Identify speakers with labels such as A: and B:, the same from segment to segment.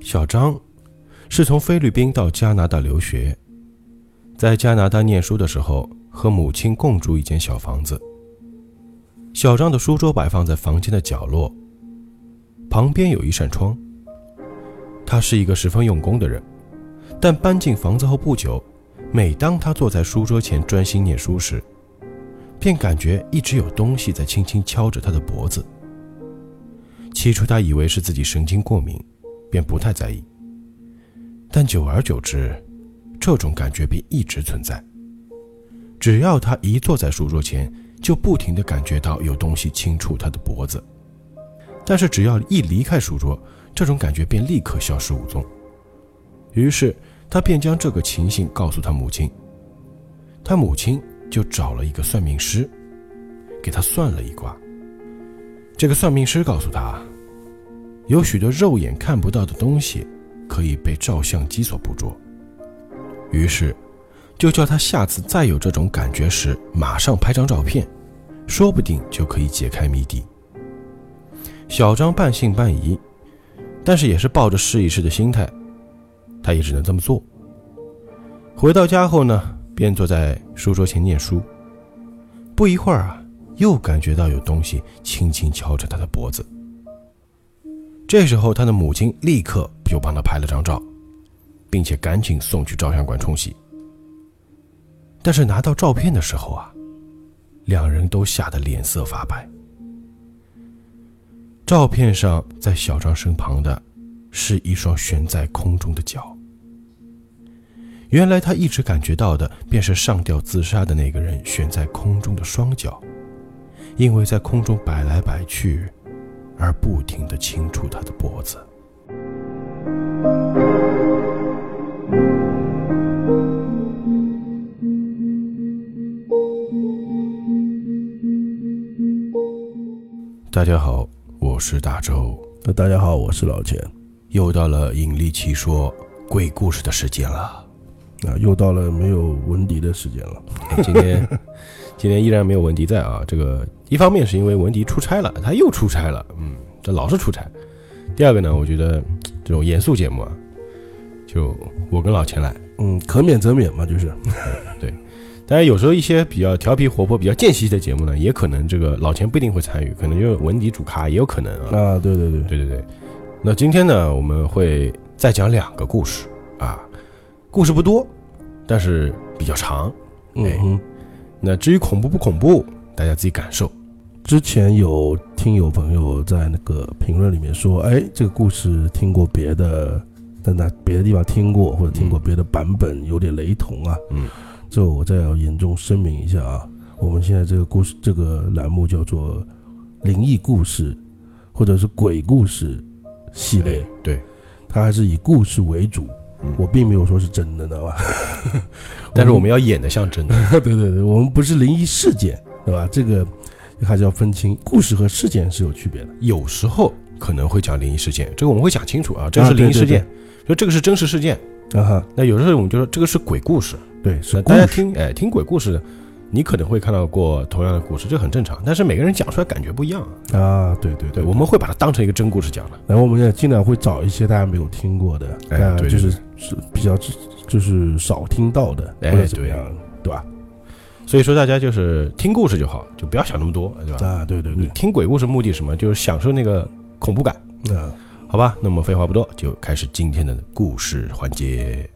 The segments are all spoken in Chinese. A: 小张是从菲律宾到加拿大留学，在加拿大念书的时候，和母亲共住一间小房子。小张的书桌摆放在房间的角落，旁边有一扇窗。他是一个十分用功的人，但搬进房子后不久，每当他坐在书桌前专心念书时，便感觉一直有东西在轻轻敲着他的脖子。起初他以为是自己神经过敏，便不太在意，但久而久之，这种感觉便一直存在。只要他一坐在书桌前，就不停地感觉到有东西轻触他的脖子，但是只要一离开书桌，这种感觉便立刻消失无踪。于是他便将这个情形告诉他母亲，他母亲就找了一个算命师，给他算了一卦。这个算命师告诉他，有许多肉眼看不到的东西可以被照相机所捕捉，于是。就叫他下次再有这种感觉时，马上拍张照片，说不定就可以解开谜底。小张半信半疑，但是也是抱着试一试的心态，他也只能这么做。回到家后呢，便坐在书桌前念书。不一会儿啊，又感觉到有东西轻轻敲着他的脖子。这时候，他的母亲立刻就帮他拍了张照，并且赶紧送去照相馆冲洗。但是拿到照片的时候啊，两人都吓得脸色发白。照片上在小张身旁的，是一双悬在空中的脚。原来他一直感觉到的便是上吊自杀的那个人悬在空中的双脚，因为在空中摆来摆去，而不停的轻触他的脖子。大家好，我是大周。
B: 那呃大家好，我是老钱。
A: 又到了引力奇说鬼故事的时间了。
B: 啊，又到了没有文迪的时间了。
A: 哎今天今天依然没有文迪在啊。这个一方面是因为文迪出差了，他又出差了，嗯，这老是出差。第二个呢，我觉得这种严肃节目啊，就我跟老钱来。
B: 嗯，可免则免嘛，就是。
A: 啊当然，有时候一些比较调皮活泼、比较间隙的节目呢，也可能这个老钱不一定会参与，可能就是文迪主咖，也有可能啊。
B: 啊，对对对，
A: 对对对，那今天呢，我们会再讲两个故事啊，故事不多，但是比较长。
B: 嗯
A: 哎
B: 哼。
A: 那至于恐怖不恐怖，大家自己感受。
B: 之前有听友朋友在那个评论里面说，哎，这个故事听过别的，在哪别的地方听过，或者听过别的版本，有点雷同啊。
A: 嗯，
B: 这我再要严重声明一下啊，我们现在这个故事这个栏目叫做灵异故事，或者是鬼故事系列，
A: 对，
B: 它还是以故事为主
A: 嗯。
B: 我并没有说是真的，知道吧？
A: 但是我们要演的像真的。
B: 对对对，我们不是灵异事件，对吧？这个还是要分清，故事和事件是有区别的。
A: 有时候可能会讲灵异事件，这个我们会讲清楚啊，这
B: 啊
A: 个是灵异
B: 对对
A: 事件，说这个是真实事件。
B: 啊哈，
A: 那有时候我们就说这个是鬼故事，
B: 对，是故
A: 大家
B: 事。
A: 听，哎，听鬼故事，你可能会看到过同样的故事，这很正常。但是每个人讲出来感觉不一样啊，
B: 啊，对对
A: 对，我们会把它当成一个真故事讲的。
B: 然后我们也尽量会找一些大家没有听过的，
A: 哎
B: 大家
A: 对对
B: 就是是比较就是少听到的，
A: 哎
B: 或者怎么样，对吧？
A: 所以说大家就是听故事就好，就不要想那么多，对吧？
B: 啊，对对
A: 你听鬼故事目的是什么？就是享受那个恐怖感，
B: 对，啊，
A: 好吧？那么废话不多，就开始今天的故事环节。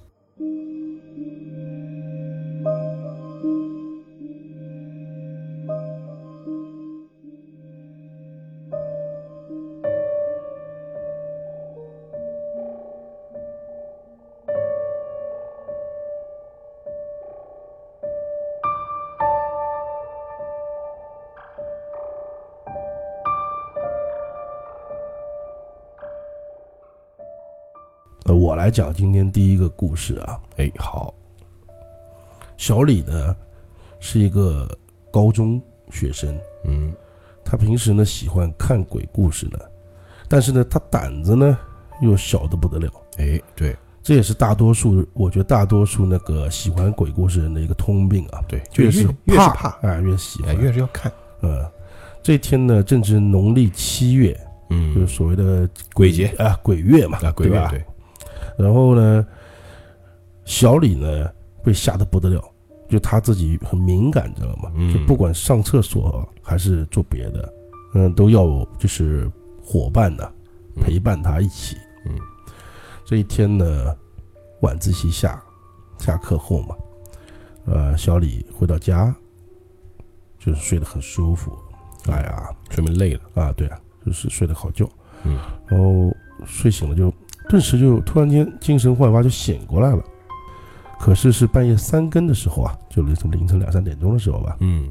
B: 呃，我来讲今天第一个故事啊，
A: 哎，好，
B: 小李呢是一个高中学生，
A: 嗯，
B: 他平时呢喜欢看鬼故事呢，但是呢他胆子呢又小的不得了，
A: 哎，对，
B: 这也是大多数，我觉得大多数那个喜欢鬼故事人的一个通病啊，
A: 对，就
B: 越
A: 越
B: 是
A: 越是怕，
B: 哎，越喜
A: 哎，
B: 欢，
A: 越是要看，
B: 呃，这天呢正值农历七月，
A: 嗯，
B: 就是所谓的
A: 鬼节
B: 啊，鬼月嘛，
A: 啊，鬼
B: 对
A: 月
B: 吧？
A: 对，
B: 然后呢，小李呢被吓得不得了，就他自己很敏感，知道吗？
A: 嗯
B: 就不管上厕所还是做别的，嗯，都要有就是伙伴的
A: 嗯
B: 陪伴他一起。
A: 嗯，
B: 这一天呢，晚自习下下课后嘛，呃，小李回到家，就是睡得很舒服。哎呀，
A: 说明累了，
B: 啊，对啊，就是睡得好觉，
A: 嗯，
B: 然后睡醒了就顿时就突然间精神焕发，就醒过来了。可是是半夜三更的时候啊，就凌晨凌晨两三点钟的时候吧，
A: 嗯，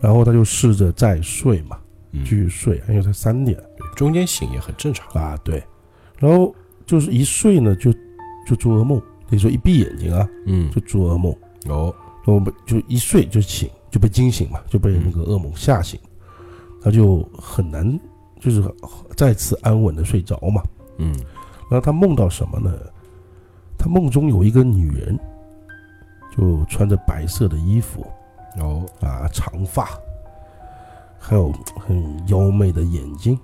B: 然后他就试着再睡嘛，
A: 嗯
B: 继续睡，因为才三点
A: 对中间醒也很正常，
B: 啊，对，然后就是一睡呢就就做噩梦，可以说一闭眼睛啊
A: 嗯，
B: 就做噩梦，
A: 哦，
B: 然后被就一睡就醒，就被惊醒嘛，就被那个噩梦吓醒，他就很难就是再次安稳的睡着嘛。
A: 嗯，
B: 然后他梦到什么呢？他梦中有一个女人，就穿着白色的衣服
A: 哦，
B: 啊，长发，还有很妖媚的眼睛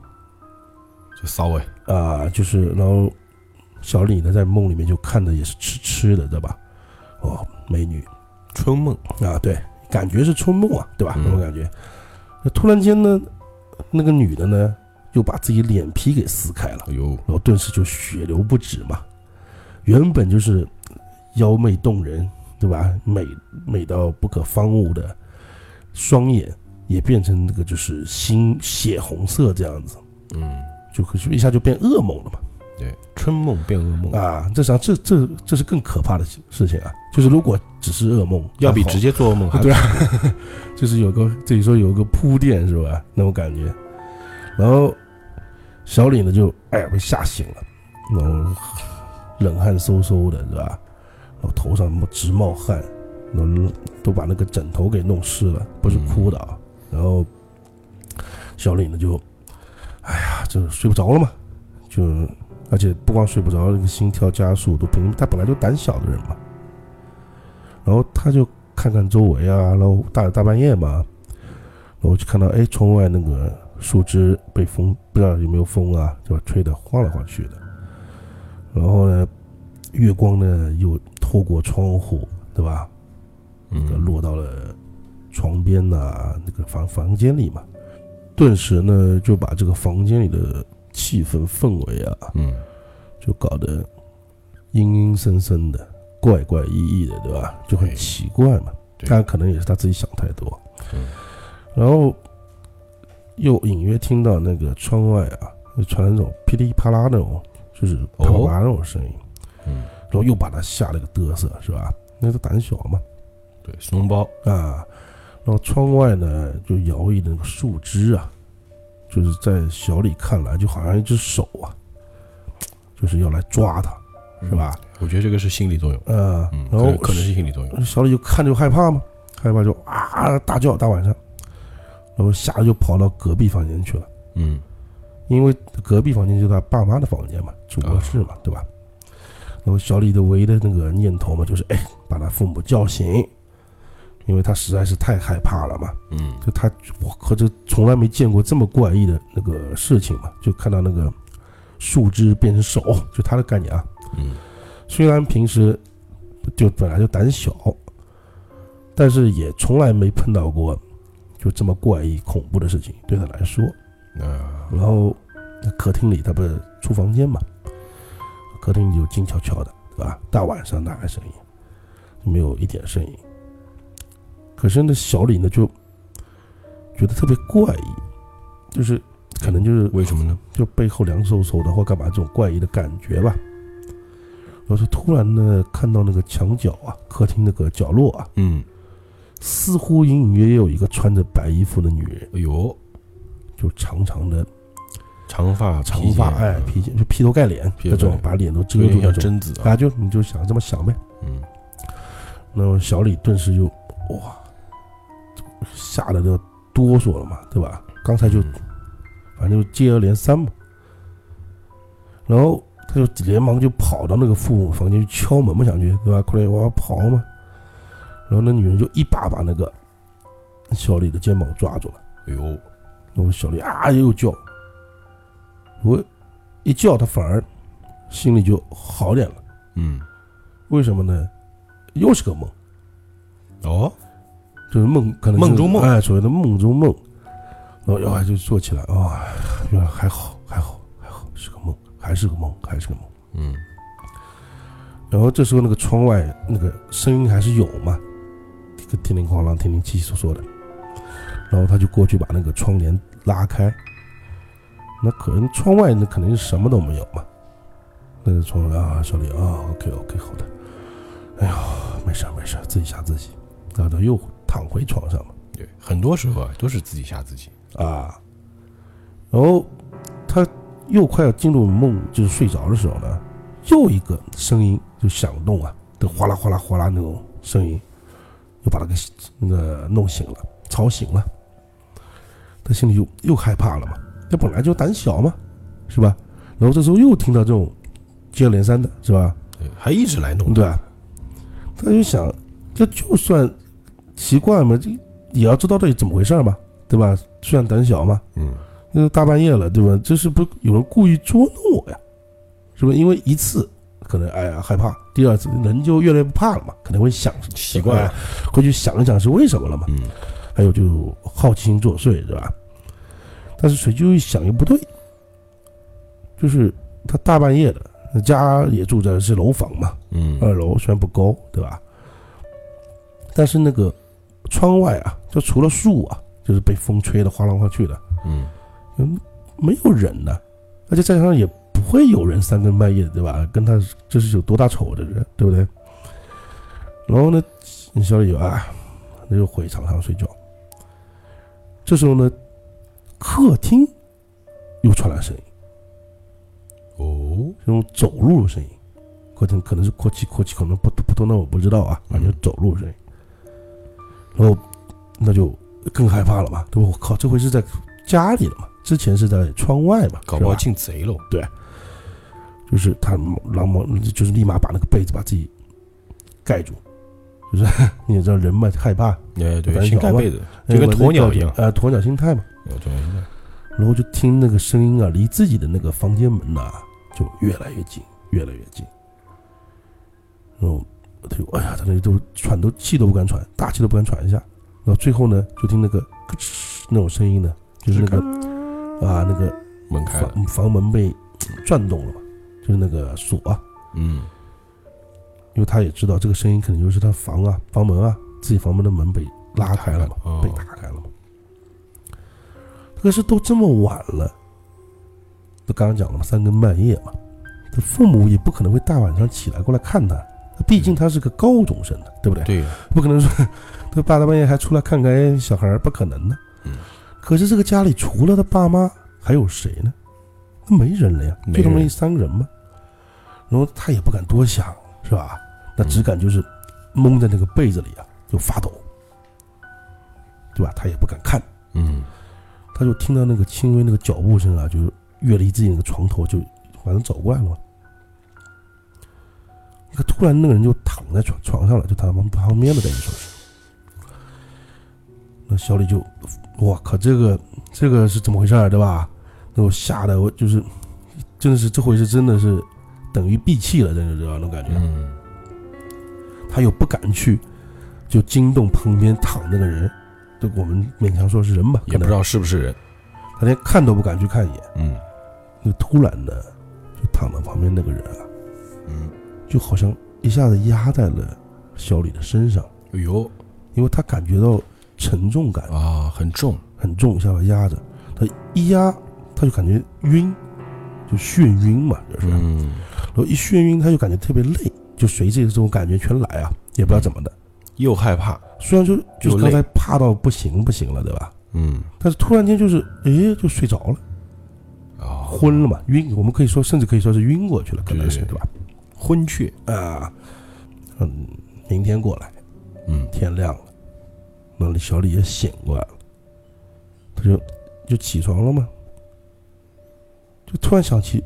A: 就骚哎，
B: 啊，就是然后小李呢在梦里面就看的也是痴痴的，对吧？哦，美女
A: 春梦，
B: 啊，对，感觉是春梦啊，对吧？
A: 嗯
B: 那种感觉。那突然间呢，那个女的呢就把自己脸皮给撕开了。
A: 哎呦，
B: 然后顿时就血流不止嘛。原本就是妖媚动人，对吧？美美到不可方物的双眼，也变成这个就是猩血红色这样子，
A: 嗯，
B: 就可就一下就变噩梦了嘛。
A: 对，春梦变噩梦，
B: 啊，这啥？这这这是更可怕的事事情啊！就是如果只是噩梦，
A: 要比
B: 还好
A: 直接做噩梦还
B: 对啊， 就是有个这里说有个铺垫是吧？那种感觉。然后小李呢就哎呀被吓醒了，然后冷汗嗖嗖的是吧？然后头上直冒汗，然后都把那个枕头给弄湿了，不是哭的啊。然后小李呢就哎呀就睡不着了嘛，就而且不光睡不着，那个心跳加速都平，他本来就胆小的人嘛。然后他就看看周围啊，然后大大半夜嘛，然后就看到哎，窗外那个树枝被风不知道有没有风啊，就吹得晃来晃去的。然后呢，月光呢又透过窗户，对吧？那个
A: 嗯，
B: 落到了床边呐、那个房房间里嘛。顿时呢，就把这个房间里的气氛氛围啊，
A: 嗯，
B: 就搞得阴阴森森的、怪怪异异的，对吧？就很
A: 对
B: 奇怪嘛。
A: 对
B: 但可能也是他自己想太多。
A: 嗯
B: 然后又隐约听到那个窗外啊，就传来那种噼里啪啦那种，就是啪啪啪那种声音，
A: 嗯，
B: 然后又把他吓了个嘚瑟，是吧？那他胆小嘛，
A: 对，松包，
B: 啊。然后窗外呢，就摇曳的那个树枝啊，就是在小李看来，就好像一只手啊，就是要来抓他，是吧？
A: 我觉得这个是心理作用，
B: 呃，
A: 嗯，
B: 然后
A: 可能可能是心理作用，
B: 小李就看着就害怕嘛，害怕就啊大叫，大晚上，然后吓得就跑到隔壁房间去了，
A: 嗯，
B: 因为隔壁房间就是他爸妈的房间嘛，主卧室嘛，对吧？然后小李的唯一的那个念头嘛，就是哎，把他父母叫醒，因为他实在是太害怕了嘛，
A: 嗯，
B: 就他我靠，这从来没见过这么怪异的那个事情嘛，就看到那个树枝变成手，就他的概念啊，
A: 嗯，
B: 虽然平时就本来就胆小，但是也从来没碰到过就这么怪异恐怖的事情，对他来说。
A: 那
B: 然后客厅里他不是出房间嘛，客厅里就静悄悄的，对吧？大晚上哪来声音？没有一点声音。可是那小李呢，就觉得特别怪异，就是可能就是
A: 为什么呢？
B: 就背后凉飕飕的或干嘛这种怪异的感觉吧。我就突然呢看到那个墙角啊，客厅那个角落啊，
A: 嗯，
B: 似乎隐隐约约有一个穿着白衣服的女人，
A: 哎呦，
B: 就长长的
A: 长发
B: 长发，哎，披肩就披头盖脸
A: 披头
B: 那
A: 盖脸
B: 种，把脸都遮
A: 有
B: 住
A: 点像
B: 那种。
A: 贞子啊，
B: 啊，就你就想这么想呗。
A: 嗯，
B: 那么小李顿时就哇，吓得都哆嗦了嘛，对吧？刚才就
A: 嗯
B: 反正就接二连三嘛。然后他他就连忙就跑到那个父母房间去敲门嘛，想去对吧？过来我要跑嘛。然后那女人就一把把那个小李的肩膀抓住了，
A: 哎呦，
B: 然后小李啊又叫，我一叫他反而心里就好点了，
A: 嗯，
B: 为什么呢？又是个梦。
A: 哦，
B: 就是梦，可能是
A: 梦中梦
B: 哎，所谓的梦中梦。然后，然后就坐起来，啊、原来还好，还好，还好，是个梦，还是个梦，还是个梦。
A: 嗯，
B: 然后这时候那个窗外那个声音还是有嘛，叮铃哐啷、叮铃七嗦嗦的。然后他就过去把那个窗帘拉开，那可能窗外那肯定是什么都没有嘛。那个窗帘啊，小李啊，OK OK，好的。哎呀，没事儿没事儿，自己吓自己。然后他又躺回床上了。
A: 对，很多时候啊都是自己吓自己，
B: 啊，然后他又快要进入梦，就是睡着的时候呢，又一个声音就响动啊，就哗啦哗啦哗啦那种声音，又把他给那个弄醒了，吵醒了。他心里又又害怕了嘛，他本来就胆小嘛，是吧？然后这时候又听到这种接二连三的，是吧？
A: 对，还一直来弄，
B: 对啊，他就想，这就算习惯嘛，这也要知道到底怎么回事儿嘛，对吧？虽然胆小嘛，
A: 嗯，
B: 那大半夜了，对吧？这是不是有人故意捉弄我呀？是不是因为一次可能哎呀害怕，第二次人就越来越不怕了嘛？可能会想
A: 习惯
B: 哎
A: 了，
B: 会去想一想是为什么了嘛？
A: 嗯，
B: 还有就好奇心作祟，对吧？但是谁就一想又不对，就是他大半夜的，那家也住在是楼房嘛，
A: 嗯，
B: 二楼虽然不高，对吧？但是那个窗外啊，就除了树啊，就是被风吹的哗啦哗啦去的，
A: 嗯，
B: 嗯，没有人呢、而且再加上也不会有人三更半夜，对吧？跟他这是有多大仇的人，对不对？然后呢，小李就啊，那就回床上睡觉。这时候呢，客厅又传来声音，
A: 哦，
B: 那种走路的声音，客厅可能是扩气扩气，可能扑通扑通的，我不知道
A: 嗯
B: 啊，反正就走路的声音。然后那就更害怕了嘛，对吧？我靠，这回是在家里了嘛，之前是在窗外嘛，
A: 搞不好
B: 是吧
A: 进贼了，
B: 就是他狼毛，就是立马把那个被子把自己盖住，就是你也知道人嘛，害怕，
A: 哎，对，
B: 胆小
A: 先盖
B: 吧
A: 被子，就跟鸵鸟一样
B: 呃，鸵鸟心态嘛。
A: 我懂了，
B: 然后就听那个声音啊，离自己的那个房间门呐、就越来越近，越来越近。然后他就哎呀，他那都喘都气都不敢喘，大气都不敢喘一下。然后最后呢，就听那个咯吱那种声音呢，就是那个啊那个
A: 门开了，
B: 房房门被转动了嘛，就是那个锁啊，
A: 嗯，
B: 因为他也知道这个声音肯定就是他房啊房门啊自己房门的门被拉开了嘛。
A: 哦
B: 被打开了嘛。可是都这么晚了，就刚刚讲了嘛，三更半夜嘛，他父母也不可能会大晚上起来过来看他，毕竟他是个高中生的，对不对？
A: 哦对，
B: 不可能说 他爸大半夜还出来看看哎小孩，儿，不可能的。
A: 嗯。
B: 可是这个家里除了他爸妈还有谁呢？那没人了呀，
A: 没
B: 就
A: 人
B: 他们三个人嘛。然后他也不敢多想，是吧？那只敢就是蒙在那个被子里啊，就发抖，对吧？他也不敢看。
A: 嗯，
B: 他就听到那个轻微那个脚步声啊，就是越离自己那个床头就反正走过来了嘛。可突然那个人就躺在床床上了，就躺在旁边的等于说是。那小李就，我靠，这个这个是怎么回事儿，对吧？那我吓得我就是，真的是这回是真的是等于闭气了，真的是那种感觉。
A: 嗯，
B: 他又不敢去，就惊动旁边躺那个人，就我们勉强说是人吧，
A: 也不
B: 可
A: 知
B: 能
A: 道是不是人，
B: 他连看都不敢去看一眼。
A: 嗯，
B: 就突然的，就躺到旁边那个人啊，
A: 嗯，
B: 就好像一下子压在了小李的身上，
A: 哎呦，
B: 因为他感觉到沉重感
A: 啊，很重，
B: 很重，一下子压着他一压，他就感觉晕，就眩晕嘛，就是，然
A: 嗯，
B: 后一眩晕他就感觉特别累，就随着这种感觉全来啊，也不知道怎么的。
A: 又害怕，
B: 虽然说就
A: 嗯又
B: 是刚
A: 累
B: 才怕到不行不行了，对吧？
A: 嗯，
B: 但是突然间就是，诶，就睡着了，
A: 啊，
B: 昏了嘛，晕，我们可以说，甚至可以说是晕过去了，可能是
A: 对
B: 对吧？
A: 昏厥，
B: 啊，嗯，明天过来，
A: 嗯，
B: 天亮了，那小李也醒过来了，他就哎就起床了嘛，就突然想起，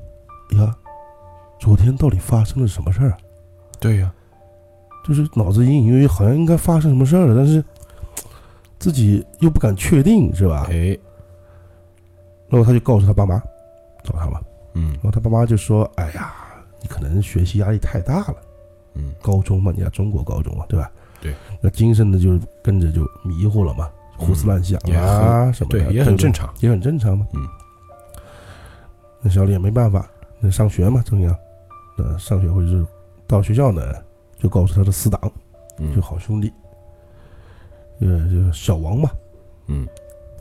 B: 呀，昨天到底发生了什么事儿啊？
A: 对呀、
B: 就是脑子隐隐约约好像应该发生什么事儿了，但是自己又不敢确定，是吧？
A: 哎，
B: 然后他就告诉他爸妈，找他嘛。
A: 嗯
B: 然后他爸妈就说：“哎呀，你可能学习压力太大了，
A: 嗯，
B: 高中嘛，你看中国高中嘛，对吧？
A: 对，
B: 那精神呢就跟着就迷糊了嘛，胡思乱想
A: 嗯也
B: 啊
A: 很
B: 什么
A: 对
B: 的，，
A: 也很正常。
B: 也很正常嘛。
A: 嗯，
B: 那小李也没办法，那上学嘛，正要，那上学回去到学校呢，就告诉他的死党，
A: 嗯
B: 就好兄弟，呃，就是小王嘛，
A: 嗯，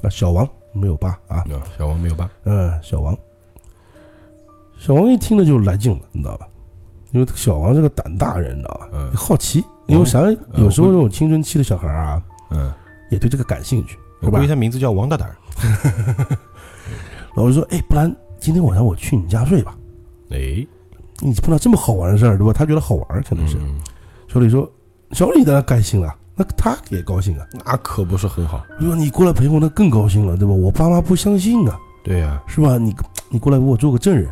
B: 啊，小王没有爸啊，
A: 啊小王没有爸，
B: 嗯，小王，小王一听呢就来劲了，你知道吧？因为小王是个胆大人，你知道吧？
A: 嗯
B: 好奇，因为啥？有时候这种青春期的小孩啊，
A: 嗯，
B: 也对这个感兴趣，
A: 我
B: 是
A: 估
B: 吧
A: 计？他名字叫王大胆儿。
B: 然后就说，哎，不然今天晚上我去你家睡吧。
A: 哎，
B: 你碰到这么好玩的事儿，对吧？他觉得好玩儿，可能是。
A: 嗯
B: 小李说，小李当然开心了，那他也高兴啊。
A: 那可不是很好。
B: 如果你过来陪我，那更高兴了，对吧？我爸妈不相信啊，
A: 对呀、
B: 是吧？你你过来给我做个证人，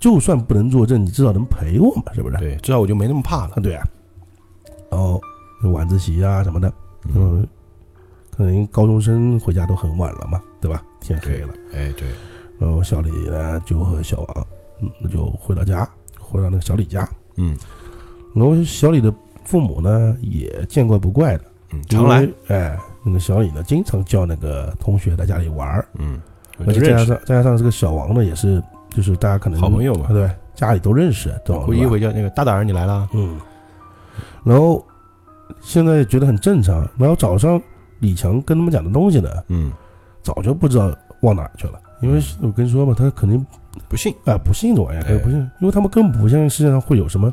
B: 就算不能作证，你至少能陪我嘛，是不是？
A: 对，至少我就没那么怕了。
B: 啊，对啊。然后哦晚自习啊什么的，
A: 嗯，
B: 嗯，可能高中生回家都很晚了嘛，对吧？天黑
A: 对
B: 了，，
A: 哎，对，
B: 然后小李呢就和小王，嗯，那就回到家，回到那个小李家。
A: 嗯
B: 然后小李的父母呢也见怪不怪的，
A: 嗯，常来
B: 因，为，哎，那个小李呢经常叫那个同学来家里玩儿，
A: 嗯，我
B: 而
A: 就
B: 且再
A: 认
B: 加
A: 识，
B: 上再加上这个小王呢也是，就是大家可能
A: 好朋友嘛
B: 对，家里都认识，懂
A: 我估计一回家那个大胆儿你来了，
B: 嗯，然后现在觉得很正常。然后早上李强跟他们讲的东西呢，
A: 嗯，
B: 早就不知道往哪儿去了，因为我跟你说嘛，他肯定
A: 不信，
B: 啊、不信这玩意儿，
A: 哎
B: 他不信，因为他们根本不相信世界上会有什么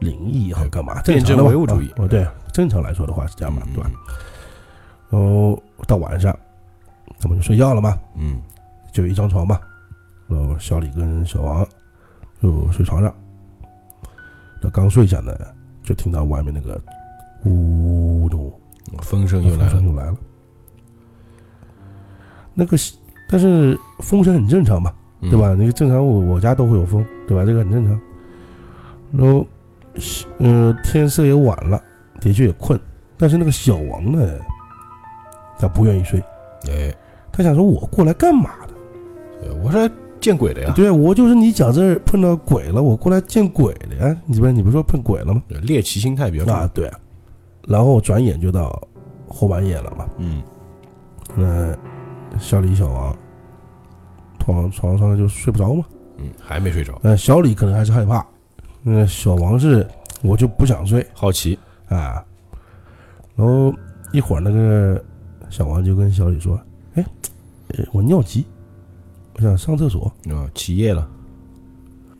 B: 灵异也好干嘛，
A: 辩
B: 正
A: 证
B: 常的嘛
A: 唯物主义
B: 啊哦，对，正常来说的话是这样嘛，对吧？
A: 嗯？
B: 然后到晚上，他们就睡觉了嘛，
A: 嗯，
B: 就一张床嘛，然后小李跟小王就睡床上。那刚睡下呢，就听到外面那个呜呜呜
A: 嗯风声
B: 的
A: 又来了
B: 风声，又来了。那个是，但是风声很正常嘛，
A: 嗯
B: 对？吧？那个正常我我家都会有风，对吧？这个很正常。然后，呃，天色也晚了，的确也困，但是那个小王呢，他不愿意睡，
A: 哎，
B: 他想说我过来干嘛的？
A: 对我是来见鬼的呀，
B: 对啊，我就是你讲这儿碰到鬼了，我过来见鬼的呀！你不是你不是说碰鬼了吗？
A: 对猎奇心态比较重
B: 啊，，对啊。然后转眼就到后半夜了嘛，
A: 嗯，
B: 那小李、小王床床上就睡不着嘛。
A: 嗯，还没睡着，
B: 呃，小李可能还是害怕，那小王是我就不想睡
A: 好奇，
B: 啊。然后一会儿那个小王就跟小李说：“哎，呃我尿急，我想上厕所。”
A: 啊，起夜了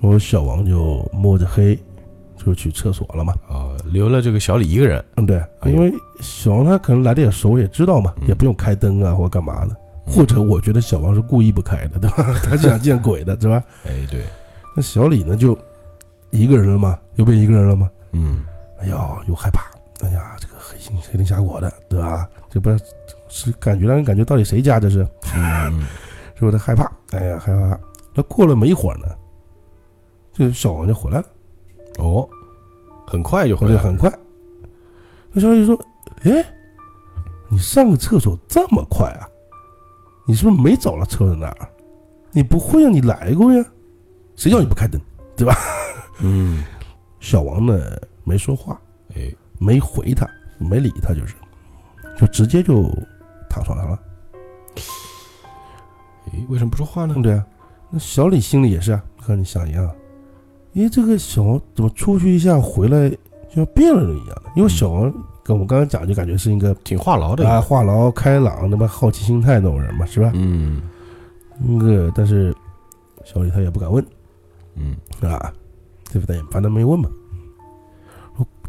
B: 我小王就摸着黑就去厕所了嘛。
A: 啊，留了这个小李一个人，
B: 嗯，对，
A: 哎呦
B: 因为小王他可能来的也熟，也知道嘛，
A: 嗯
B: 也不用开灯啊或干嘛的。
A: 嗯
B: 或者我觉得小王是故意不开的，对吧？ 他想见鬼的，对吧？
A: 哎，对，
B: 那小李呢就一个人了嘛，又变一个人了嘛。
A: 嗯，
B: 哎呦，又害怕。哎呀，这个黑心黑天瞎火的，对吧？这不是是感觉让人感觉到底谁家这是？
A: 嗯嗯
B: 是不是他害怕？哎呀，害怕。那过了没一会儿呢，这小王就回来了。
A: 哦，很快就
B: 回
A: 回来
B: 来
A: 了，
B: 很快。那小李说：“哎，你上个厕所这么快啊？你是不是没找到厕所在哪儿？啊你不会啊？你来过呀？谁叫你不开灯？”
A: 嗯，
B: 小王呢没说话，
A: 哎，
B: 没回他，没理他，就是，就直接就躺床上了。
A: 哎，为什么不说话呢？
B: 对啊，那小李心里也是啊，和你想一样，因为这个小王怎么出去一下回来就像变了人一样的？因为小王跟我们刚刚讲，就感觉是一个
A: 挺话痨的
B: 啊，
A: 呀，
B: 话痨、开朗，那么好奇心态那种人嘛，是吧？
A: 嗯
B: 那个，但是小李他也不敢问
A: 嗯，
B: 啊，对不对？反正没问嘛。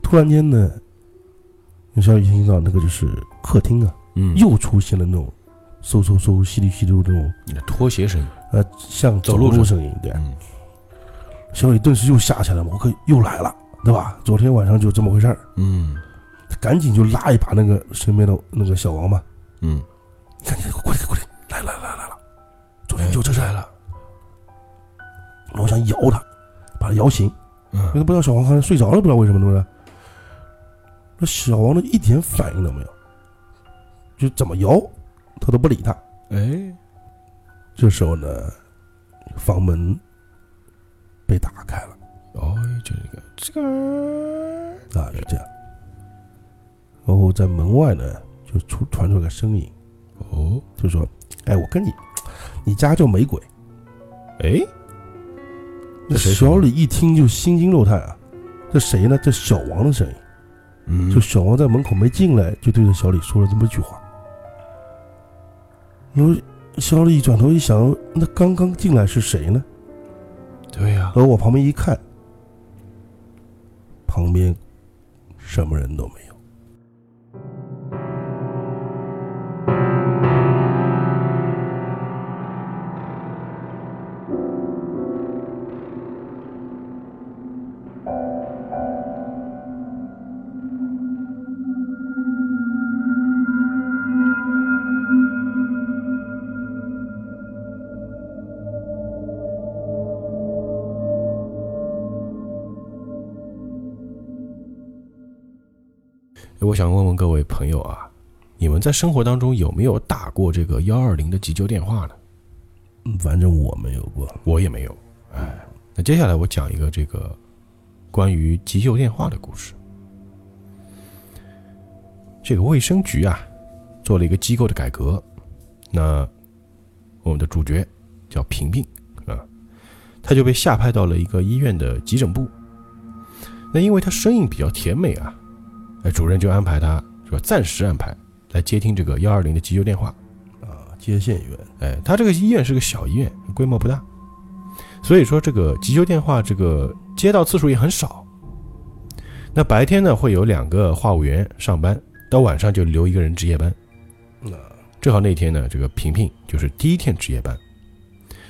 B: 突然间呢，小李听到那个就是客厅啊，
A: 嗯，
B: 又出现了那种嗖嗖嗖、稀里稀溜那种，
A: 你的拖鞋声，
B: 呃，像走路声音。对，
A: 嗯
B: 小李顿时又吓起来了，我可又来了，对吧？昨天晚上就这么回事儿，
A: 嗯
B: 他赶紧就拉一把那个身边的那个小王嘛，
A: 嗯，
B: 赶紧快点快点，哎来来来来了，昨天就这事儿
A: 来了，
B: 我想摇他，把他摇醒，
A: 嗯
B: 因为不知道小王好像睡着了，不知道为什么，对不对？那小王呢一点反应都没有，就怎么摇他都不理他。
A: 哎，
B: 这时候呢，房门被打开了
A: 哦，这个这个，
B: 啊，就这样。然后在门外呢，就出传出来个声音，
A: 哦，
B: 就说：“哎，我跟你，你家就没鬼。
A: 哎，”
B: 那
A: 这谁
B: 小
A: 说的
B: 李一听就心惊肉颤啊！这谁呢？这小王的声音。
A: 嗯
B: 就小王在门口没进来，就对着小李说了这么一句话。然后小李转头一想，那刚刚进来是谁呢？
A: 对呀、
B: 然后往旁边一看，旁边什么人都没有。
A: 我想问问各位朋友啊，你们在生活当中有没有打过这个幺二零的急救电话呢？
B: 嗯反正我没有过。
A: 我也没有。哎，那接下来我讲一个这个关于急救电话的故事。这个卫生局啊，做了一个机构的改革。那我们的主角叫平平啊，他就被下派到了一个医院的急诊部。那因为他声音比较甜美啊，哎，主任就安排他说暂时安排来接听这个幺二零的急救电话。
B: 啊，接线员
A: 哎，他这个医院是个小医院，规模不大，所以说这个急救电话这个接到次数也很少。那白天呢会有两个话务员上班，到晚上就留一个人值夜班。正好那天呢，这个平平就是第一天值夜班，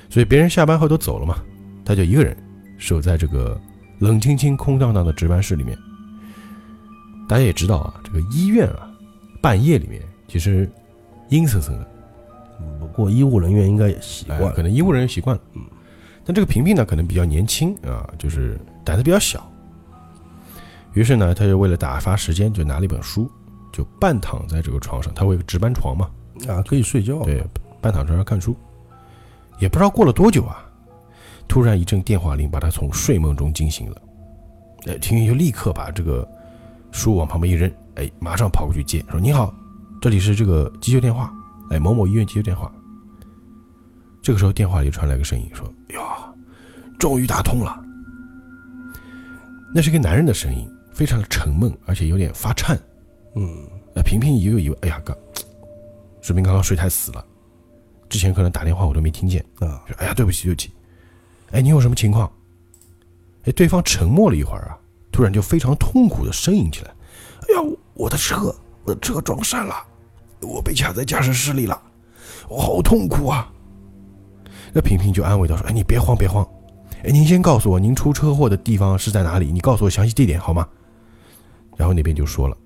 A: 所以别人下班后都走了嘛，他就一个人守在这个冷清清、空荡荡的值班室里面。大家也知道啊，这个医院啊，半夜里面其实阴森森的。
B: 嗯不过医务人员应该也习惯
A: 哎可
B: 了。
A: 能医务人员习惯了。嗯，但这个平平呢，可能比较年轻啊，就是胆子比较小。于是呢，他就为了打发时间，就拿了一本书，就半躺在这个床上。他会有个值班床嘛，
B: 啊，可以睡觉了。
A: 对，半躺床上看书。也不知道过了多久啊，突然一阵电话铃把他从睡梦中惊醒了。哎，平平就立刻把这个书往旁边一扔，哎，马上跑过去接，说：“你好，这里是这个急救电话，哎，某某医院急救电话。”这个时候电话里传来个声音说：“哟，终于打通了。”那是个男人的声音，非常的沉闷，而且有点发颤。
B: 嗯，
A: 呃，平平也有以为，哎呀哥，水平刚刚睡太死了，之前可能打电话我都没听见。
B: 啊，
A: 说哎呀，对不起，对不起。哎，你有什么情况？哎，对方沉默了一会儿啊，突然就非常痛苦的呻吟起来：“哎呀，我我的车，我的车撞山了，我被卡在驾驶室里了，我好痛苦啊！”那平平就安慰他说：“哎，你别慌，别慌。哎，您先告诉我您出车祸的地方是在哪里？你告诉我详细地点好吗？”然后那边就说了：“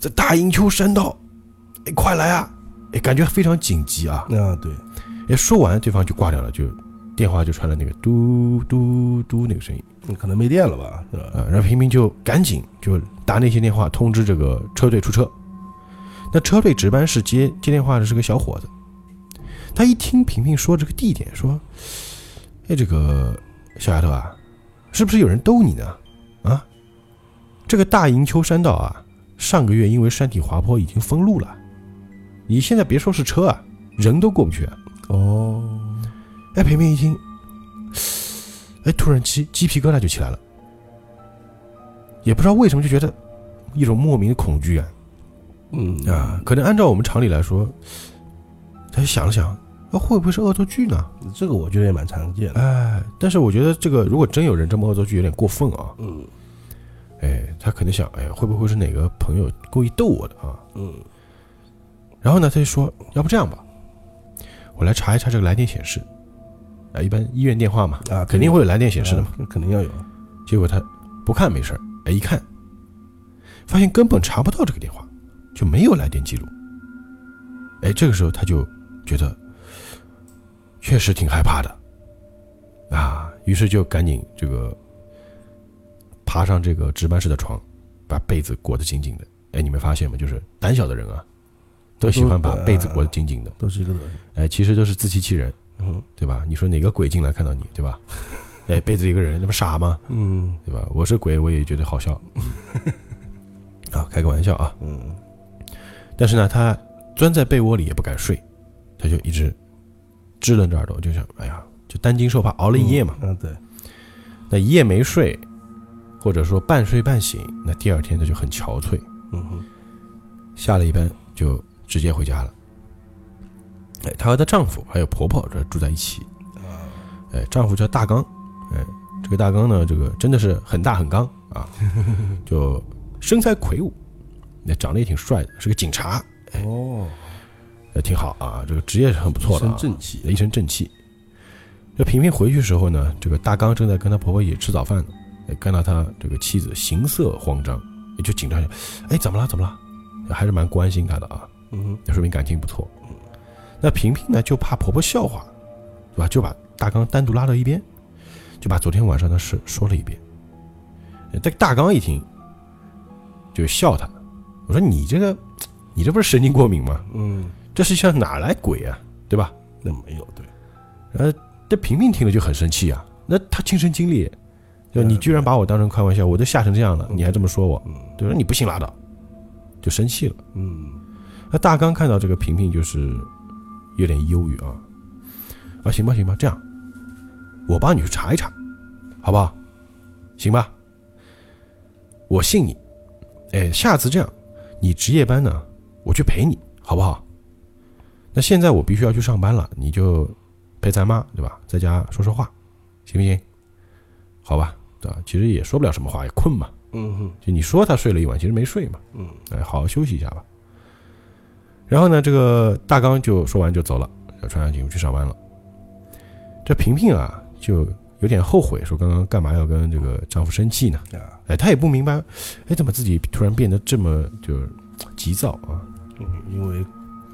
A: 在大营丘山道，哎，快来啊！哎，感觉非常紧急啊。”
B: 啊，对，
A: 哎，说完对方就挂掉了，就电话就传来那个嘟嘟嘟那个声音
B: 嗯可能没电了吧？是吧？
A: 啊，然后平平就赶紧就打那些电话通知这个车队出车。那车队值班室接接电话的是个小伙子，他一听平平说这个地点，说：“哎，这个小丫头啊，是不是有人逗你呢？啊，这个大营丘山道啊，上个月因为山体滑坡已经封路了，你现在别说是车啊，人都过不去啊。”
B: 哦，
A: 哎，平平一听，哎，突然鸡鸡皮疙瘩就起来了，也不知道为什么就觉得一种莫名的恐惧感
B: 嗯
A: 啊。可能按照我们常理来说，他想了想，啊，会不会是恶作剧呢？
B: 这个我觉得也蛮常见的。
A: 哎，但是我觉得这个如果真有人这么恶作剧，有点过分啊。
B: 嗯
A: 哎，他可能想，哎，会不会是哪个朋友故意逗我的啊？
B: 嗯
A: 然后呢，他就说：“要不这样吧，我来查一查这个来电显示。啊，一般医院电话嘛，
B: 啊，
A: 呃肯定会有来电显
B: 显
A: 示
B: 示
A: 的嘛。
B: 肯定要有。
A: 结果他不看没事儿，哎，一看，发现根本查不到这个电话，就没有来电记录。哎，这个时候他就觉得确实挺害怕的，啊、啊，于是就赶紧这个爬上这个值班室的床，把被子裹得紧紧的。哎，你没发现吗？就是胆小的人啊，都喜欢把被子裹得紧紧的。
B: 都是一个恶心。
A: 哎，其实都是自欺欺人，
B: 嗯
A: 对吧？你说哪个鬼进来看到你，对吧？ 哎，被子一个人，那不傻吗？
B: 嗯
A: 对吧？我是鬼，我也觉得好 笑。啊，开个玩笑啊。
B: 嗯
A: 但是呢，他钻在被窝里也不敢睡，他就一直支棱着耳朵，就想，哎呀，就担惊受怕，熬了一夜嘛。
B: 嗯，对，
A: 那一夜没睡，或者说半睡半醒，那第二天他就很憔悴，
B: 嗯哼
A: 下了一班就直接回家了。哎，她和她丈夫还有婆婆这住在一起。
B: 啊
A: 哎，丈夫叫大刚，哎，这个大刚呢，这个真的是很大很刚 啊，就身材魁梧，那长得也挺帅的，是个警察，
B: 哦，
A: 呃，挺好啊，这个职业是很不哎错的、啊
B: 一身，正气，
A: 一身正气。这平平回去时候呢，这个大刚正在跟他婆婆一起吃早饭呢，哎看到他这个妻子行色慌张，也就紧张一下，哎，怎么了？怎么了？还是蛮关心她的啊，
B: 嗯
A: 那说明感情不错。那平平呢，就怕婆婆笑话，对吧？就把大刚单独拉到一边，就把昨天晚上的事说了一遍。哎但大刚一听，就笑他，我说你这个，你这不是神经过敏吗？
B: 哼嗯，
A: 这世界上哪来鬼啊，对吧？
B: 那没有对，
A: 这呃平平听了就很生气啊，那他亲身经历，就
B: 嗯
A: 你居然把我当成开玩笑，我都吓成这样了，
B: 嗯
A: 你还这么说我，
B: 嗯
A: 对吧？你不信拉倒，就生气了。
B: 嗯
A: 那大刚看到这个平平就是有点忧郁啊，啊，行吧行吧，这样，我帮你去查一查，好不好？行吧，我信你。哎，下次这样，你值夜班呢，我去陪你，好不好？那现在我必须要去上班了，你就陪咱妈对吧，在家说说话，行不行？好吧，对吧？其实也说不了什么话，也困嘛。
B: 嗯哼
A: 就你说他睡了一晚，其实没睡嘛。
B: 嗯，
A: 哎，好好休息一下吧。然后呢，这个大刚就说完就走了，要穿上警服去上班了。这平平啊，就有点后悔，说刚刚干嘛要跟这个丈夫生气呢？
B: 啊，
A: 哎，她也不明白，哎，怎么自己突然变得这么就是急躁啊？
B: 嗯因为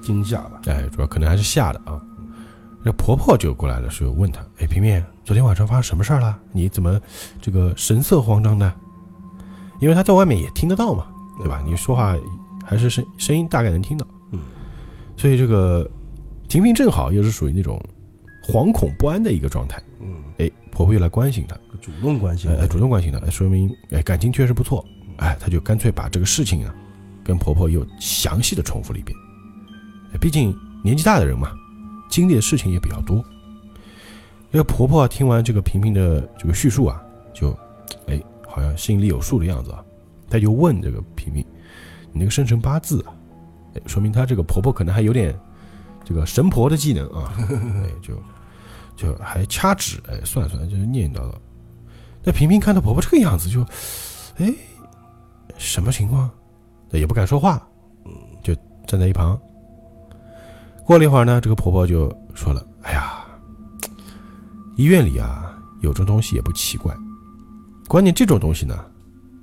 B: 惊吓吧，
A: 哎，主要可能还是吓的啊。这婆婆就过来了，是问她：“哎，平平，昨天晚上发生什么事儿了？你怎么这个神色慌张的？”因为她在外面也听得到嘛，对吧？你说话还是声声音大概能听到，
B: 嗯。
A: 所以这个婷平正好又是属于那种惶恐不安的一个状态。
B: 嗯，
A: 哎，婆婆又来关心她，
B: 主动关心
A: 哎，，哎主动关心她，哎说明哎感情确实不错。哎，她就干脆把这个事情啊，跟婆婆又详细的重复了一遍。哎毕竟年纪大的人嘛，经历的事情也比较多。这个婆婆听完这个平平的这个叙述啊，就哎好像心里有数的样子啊，她就问这个平平：“你那个生辰八字啊，哎，说明她这个婆婆可能还有点这个神婆的技能 啊，哎就就还掐指哎算了算了，就是念叨叨。”那平平看到婆婆这个样子就，哎，什么情况？也不敢说话，嗯就站在一旁。过了一会儿呢，这个婆婆就说了：“哎呀，医院里啊有这东西也不奇怪，关键这种东西呢，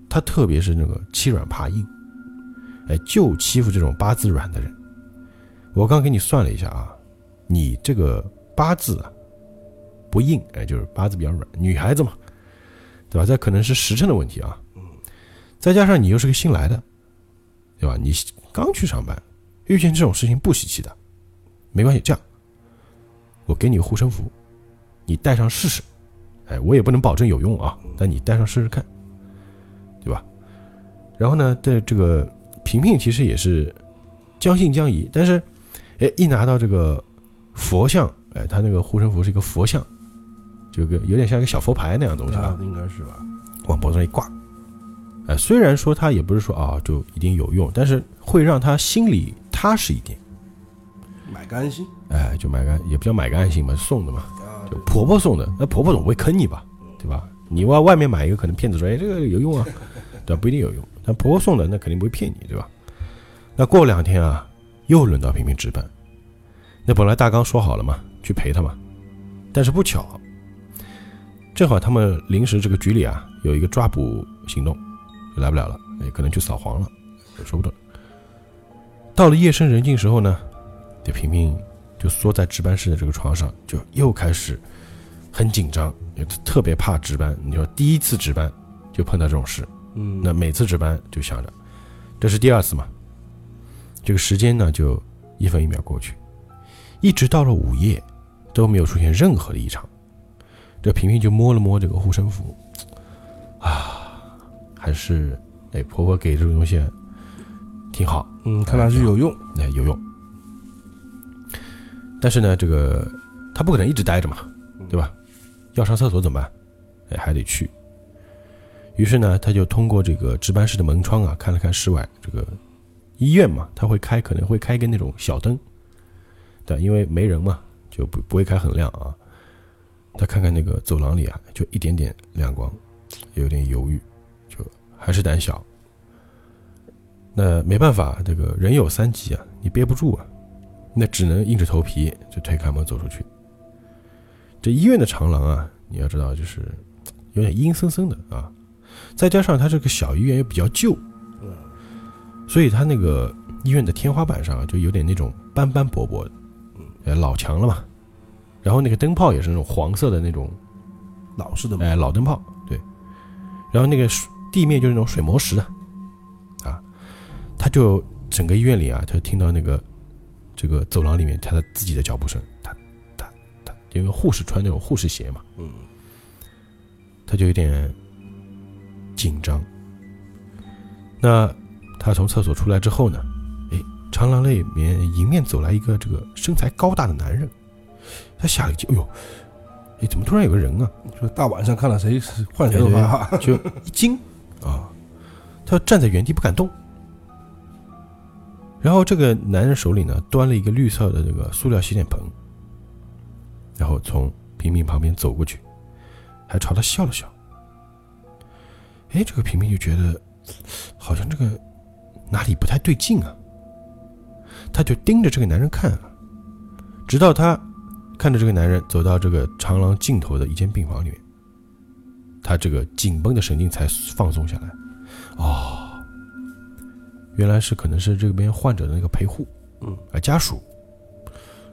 A: 它特别是那个欺软怕硬，哎，就欺负这种八字软的人。我刚给你算了一下啊，你这个八字啊不硬，哎，就是八字比较软，女孩子嘛，对吧？这可能是时辰的问题啊。再加上你又是个新来的，对吧？你刚去上班，遇见这种事情不稀奇的。没关系，这样，我给你护身符，你戴上试试。哎，我也不能保证有用啊，但你戴上试试看，对吧？然后呢，这这个平平其实也是将信将疑，但是，哎，一拿到这个佛像，哎，他那个护身符是一个佛像，就个有点像一个小佛牌那样的东西啊
B: 啊，，应该是吧，
A: 往脖子上一挂。哎，虽然说他也不是说啊就一定有用，但是会让他心里踏实一点。
B: 买个安心
A: 哎，就买个也不叫买个安心吧，送的嘛，
B: 啊，
A: 就婆婆送的。那婆婆总不会坑你吧，对吧？你往外面买一个，可能骗子说哎这个有用啊，对吧？不一定有用。但婆婆送的，那肯定不会骗你，对吧？那过两天啊，又轮到平平值班。那本来大刚说好了嘛，去陪他嘛，但是不巧，正好他们临时这个局里啊有一个抓捕行动，就来不了了，也可能去扫黄了，也说不准。到了夜深人静时候呢，这平平就缩在值班室的这个床上，就又开始很紧张，也特别怕值班。你说第一次值班就碰到这种事，
B: 嗯
A: 那每次值班就想着，这是第二次嘛，这个时间呢就一分一秒过去，一直到了午夜都没有出现任何的异常。这平平就摸了摸这个护身符，啊，还是哎婆婆给这种东西挺好，
B: 嗯，看来是有用，
A: 那、哎有用。但是呢，这个他不可能一直待着嘛，对吧？要上厕所怎么办？哎，还得去。于是呢，他就通过这个值班室的门窗啊，看了看室外这个医院嘛，他会开可能会开一个那种小灯，对，因为没人嘛，就不不会开很亮啊。他看看那个走廊里啊，就一点点亮光，有点犹豫，就还是胆小。那没办法，这个人有三急啊，你憋不住啊，那只能硬着头皮就推开门走出去。这医院的长廊啊，你要知道就是有点阴森森的啊，再加上它这个小医院又比较旧，所以它那个呃医院的天花板上啊，就有点那种斑斑驳驳的，呃，老墙了嘛。然后那个灯泡也是那种黄色的那种
B: 老式的嘛，
A: 哎，老灯泡，对。然后那个水地面就是那种水磨石啊，啊，他就整个医院里啊，他就听到那个这个走廊里面他的自己的脚步声，他他他，因为护士穿那种护士鞋嘛，
B: 嗯，
A: 他就有点紧张。那他从厕所出来之后呢，哎，长廊里面迎面走来一个这个身材高大的男人，他吓了一激，哎呦，哎，怎么突然有个人啊？
B: 就大晚上看了谁换
A: 哎
B: 谁都害怕，
A: 就一惊啊，他站在原地不敢动。然后这个男人手里呢端了一个绿色的这个塑料洗脸盆，然后从平平旁边走过去，还朝他笑了笑。哎，这个平平就觉得好像这个哪里不太对劲啊，他就盯着这个男人看啊，直到他看着这个男人走到这个长廊尽头的一间病房里面。他这个紧绷的神经才放松下来。哦，原来是可能是这边患者的那个陪护，
B: 嗯，
A: 啊家属。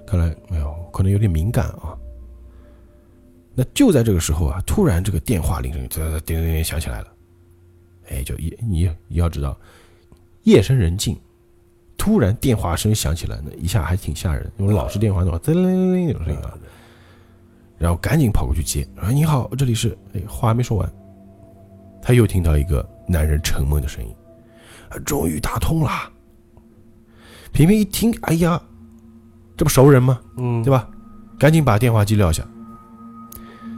A: 看来，哎呦，可能有点敏感啊。那就在这个时候啊，突然这个电话铃声叮叮叮叮响起来了。哎，就夜你你要知道，夜深人静，突然电话声响起来，那一下还挺吓人。因为老式电话那种叮铃铃铃那种声音啊，然后赶紧跑过去接，说：“你好，这里是……”哎，话还没说完，他又听到一个男人沉闷的声音：“啊终于打通啦！”平平一听，哎呀，这不熟人吗？
B: 嗯
A: 对吧？赶紧把电话机撂下。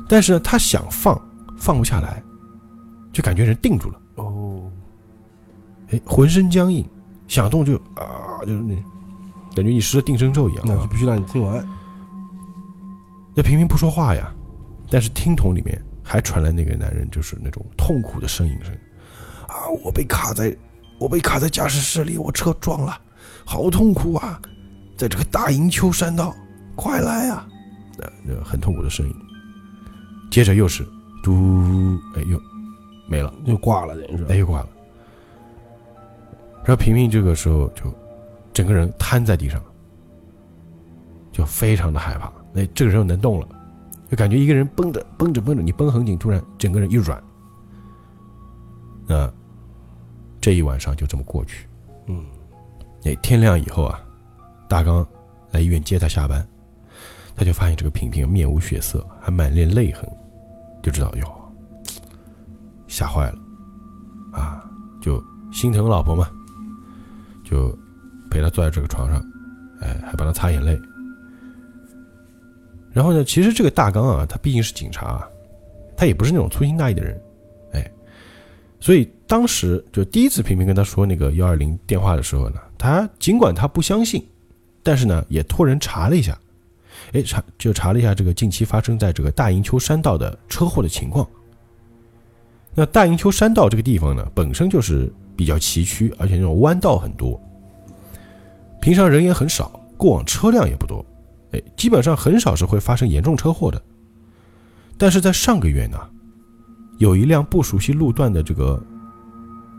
A: 但是呢，他想放，放不下来，就感觉人定住了，
B: 哦，
A: 哎，浑身僵硬，想动就啊，就是那感觉你施了定身咒一样
B: 那就
A: 啊。
B: 必须让你听完，
A: 那平平不说话呀，但是听筒里面还传来那个男人就是那种痛苦的呻吟声，啊，我被卡在，我被卡在驾驶室里，我车撞了，好痛苦啊，在这个大营丘山道，快来啊！呃，那很痛苦的声音。接着又是嘟，哎呦，没了。
B: 就挂了，等于
A: 哎
B: 是，
A: 又挂了。然后平平这个时候就整个人瘫在地上，就非常的害怕。那这个时候能动了，就感觉一个人绷着绷着绷着，你绷很紧，突然整个人一软。那这一晚上就这么过去。
B: 嗯，
A: 哎，天亮以后啊，大刚来医院接他下班，他就发现这个平平面无血色，还满脸泪痕，就知道哟，吓坏了，啊，就心疼老婆嘛，就陪她坐在这个床上，哎，还帮她擦眼泪。然后呢，其实这个大刚啊，他毕竟是警察啊，他也不是那种粗心大意的人，哎，所以当时就第一次平平跟他说那个幺二零电话的时候呢，他尽管他不相信，但是呢也托人查了一下，哎查就查了一下这个近期发生在这个大营丘山道的车祸的情况。那大营丘山道这个地方呢，本身就是比较崎岖，而且那种弯道很多，平常人也很少，过往车辆也不多，哎，基本上很少是会发生严重车祸的。但是在上个月呢，有一辆不熟悉路段的这个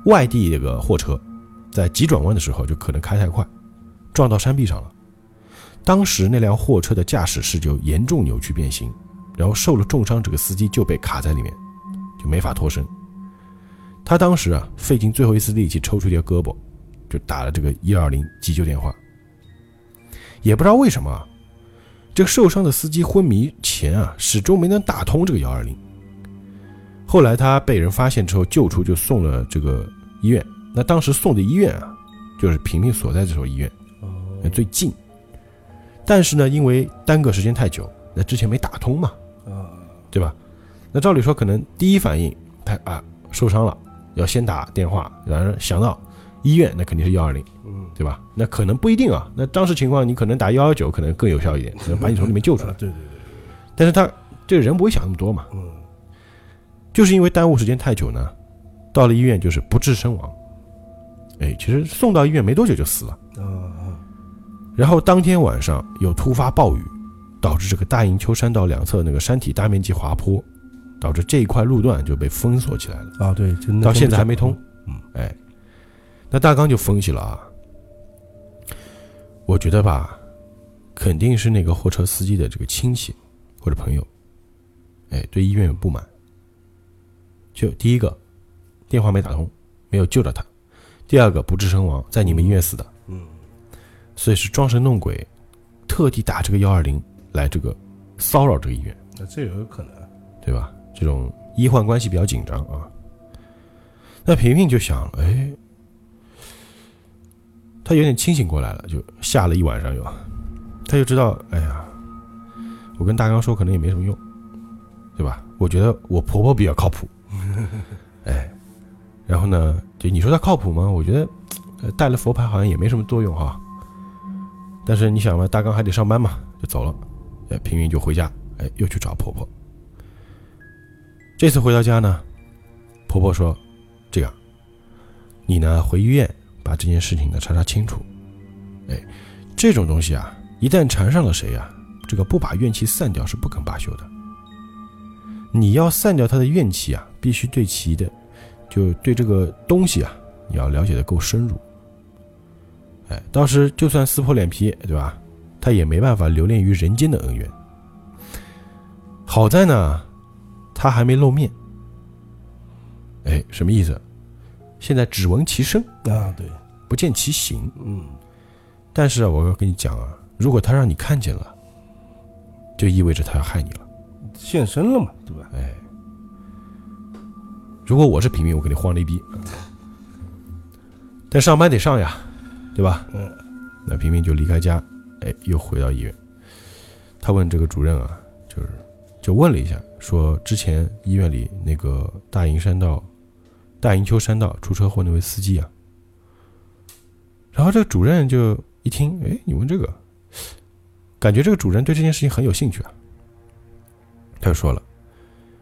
A: 外地这个货车，在急转弯的时候就可能开太快，撞到山壁上了。当时那辆货车的驾驶室就严重扭曲变形，然后受了重伤，这个司机就被卡在里面，就没法脱身。他当时啊，费尽最后一丝力气抽出一条胳膊，就打了这个一二零急救电话。也不知道为什么啊，这个受伤的司机昏迷前啊，始终没能打通这个幺二零。后来他被人发现之后救出，就送了这个医院。那当时送的医院啊，就是萍萍所在这所医院，呃最近。但是呢，因为耽搁时间太久，那之前没打通嘛，对吧？那照理说，可能第一反应他啊受伤了，要先打电话，然后想到医院，那肯定是幺二零，
B: 嗯，
A: 对吧？那可能不一定啊。那当时情况，你可能打幺幺九可能更有效一点，可能把你从里面救出来
B: 啊。对对对，
A: 但是他这个人不会想那么多嘛，
B: 嗯，
A: 就是因为耽误时间太久呢，到了医院就是不治身亡。哎，其实送到医院没多久就死了。
B: 啊啊，
A: 然后当天晚上有突发暴雨，导致这个大营丘山道两侧那个山体大面积滑坡，导致这一块路段就被封锁起来了，
B: 啊对，真的
A: 到现在还没通。
B: 嗯，
A: 哎，那大纲就分析了啊，我觉得吧，肯定是那个货车司机的这个亲戚或者朋友，哎，对医院有不满。就第一个，电话没打通，没有救着他；第二个，不治身亡，在你们医院死的。
B: 嗯，
A: 所以是装神弄鬼，特地打这个幺二零来这个骚扰啊这个医院，
B: 那这有可能，
A: 对吧？这种医患关系比较紧张啊。那平平就想，哎，他有点清醒过来了，就吓了一晚上又，他就知道，哎呀，我跟大刚说可能也没什么用，对吧？我觉得我婆婆比较靠谱， 哎，然后呢，就你说她靠谱吗？我觉得，呃，带了佛牌好像也没什么作用哈、但是你想嘛，大刚还得上班嘛，就走了，哎，平平就回家，哎，又去找婆婆。这次回到家呢，婆婆说：“这样，你呢回医院把这件事情呢查查清楚。哎，这种东西啊，一旦缠上了谁啊，这个不把怨气散掉是不肯罢休的。你要散掉他的怨气啊，必须对其的，就对这个东西啊，你要了解的够深入。哎，到时就算撕破脸皮，对吧？他也没办法留恋于人间的恩怨。好在呢，他还没露面。哎，什么意思？现在只闻其声，
B: 啊对，
A: 不见其形。
B: 嗯，
A: 但是啊，我要跟你讲啊，如果他让你看见了，就意味着他要害你了。
B: 现身了嘛，对吧？
A: 哎，如果我是平民，我肯定慌了一逼。但上班得上呀，对吧？
B: 嗯。
A: 那平民就离开家，哎，又回到医院。他问这个主任啊，就是就问了一下，说之前医院里那个大营山道、大营丘山道出车祸那位司机啊。然后这个主任就一听，哎，你问这个，感觉这个主任对这件事情很有兴趣啊。他就说了。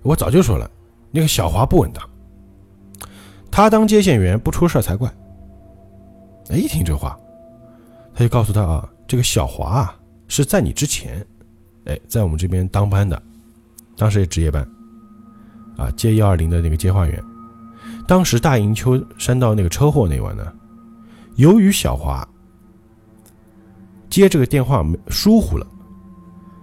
A: 我早就说了，那个小华不稳当，他当接线员不出事儿才怪。哎，一听这话，他就告诉他啊，这个小华啊是在你之前，哎，在我们这边当班的，当时也值夜班，啊，接幺二零的那个接话员。当时大营丘山道那个车祸那晚呢，由于小华接这个电话没疏忽了，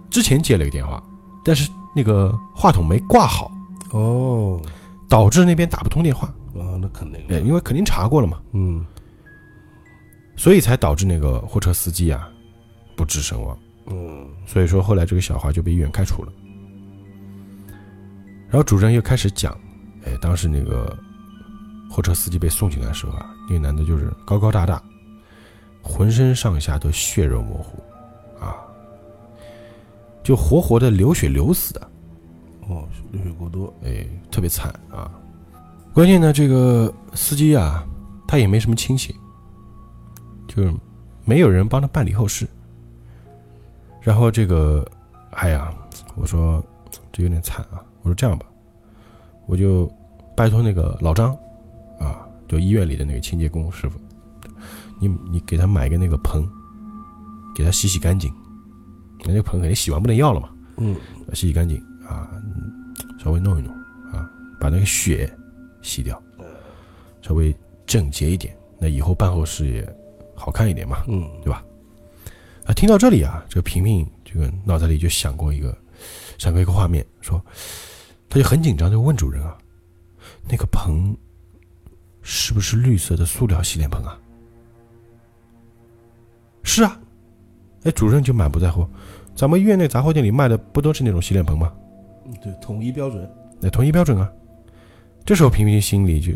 A: 之前接了一个电话，但是那个话筒没挂好，
B: 哦，
A: 导致那边打不通电话，
B: 啊，那肯定
A: 哎，
B: 的，
A: 因为肯定查过了嘛，
B: 嗯，
A: 所以才导致那个货车司机啊不治身亡。
B: 嗯，
A: 所以说后来这个小华就被医院开除了。然后主任又开始讲，哎，当时那个货车司机被送进来的时候啊，那个男的就是高高大大，浑身上下都血肉模糊，啊，就活活的流血流死的。啊
B: 哦，流血过多，
A: 哎，特别惨啊。关键呢，这个司机啊，他也没什么亲戚，就是没有人帮他办理后事。然后这个，哎呀，我说这有点惨啊。我说这样吧，我就拜托那个老张啊，就医院里的那个清洁工师傅，你你给他买个那个盆，给他洗洗干净。那个盆肯定洗完不能要了嘛，
B: 嗯，
A: 洗洗干净啊，稍微弄一弄啊，把那个血洗掉，稍微整洁一点，那以后办后事也好看一点嘛。
B: 嗯，
A: 啊，听到这里啊，这个平平这个脑袋里就想过一个闪过一个画面，说，他就很紧张，就问主人啊，那个盆是不是绿色的塑料洗脸盆啊？是啊，哎，主任就满不在乎，咱们院内杂货店里卖的不都是那种洗脸盆吗？
B: 嗯对，统一标准。
A: 那统一标准啊。这时候平平心里就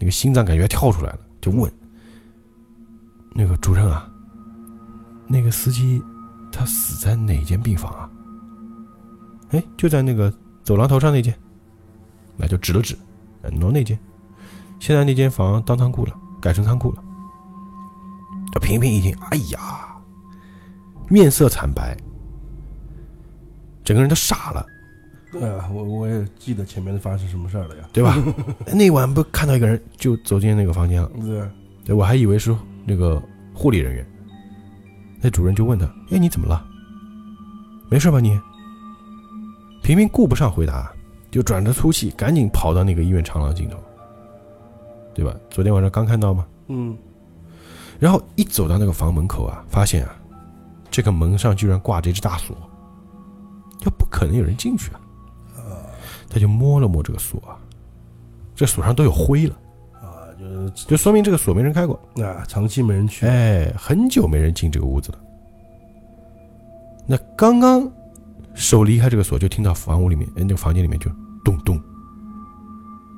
A: 那个心脏感觉要跳出来了，就问那个主任啊，那个司机他死在哪间病房啊？哎，就在那个走廊头上那间，那就指了指，呃喏那间，现在那间房当仓库了，改成仓库了。这平平一听，哎呀，面色惨白，整个人都傻了。
B: 哎呀，我我也记得前面发生什么事儿了呀。
A: 对吧？ 那晚不看到一个人就走进那个房间了，
B: 对，啊
A: 对我还以为是那个护理人员。那主任就问他：“哎，你怎么了？没事吧你？”平平顾不上回答，就喘着粗气，赶紧跑到那个医院长廊尽头，对吧？昨天晚上刚看到吗？
B: 嗯，
A: 然后一走到那个房门口啊，发现啊，这个门上居然挂着一只大锁，要不可能有人进去啊。他就摸了摸这个锁啊，这锁上都有灰了，
B: 啊，就是
A: 就说明这个锁没人开过。
B: 啊，长期没人去。
A: 哎，很久没人进这个屋子了。那刚刚手离开这个锁，就听到房屋里面，哎，那个房间里面就咚咚，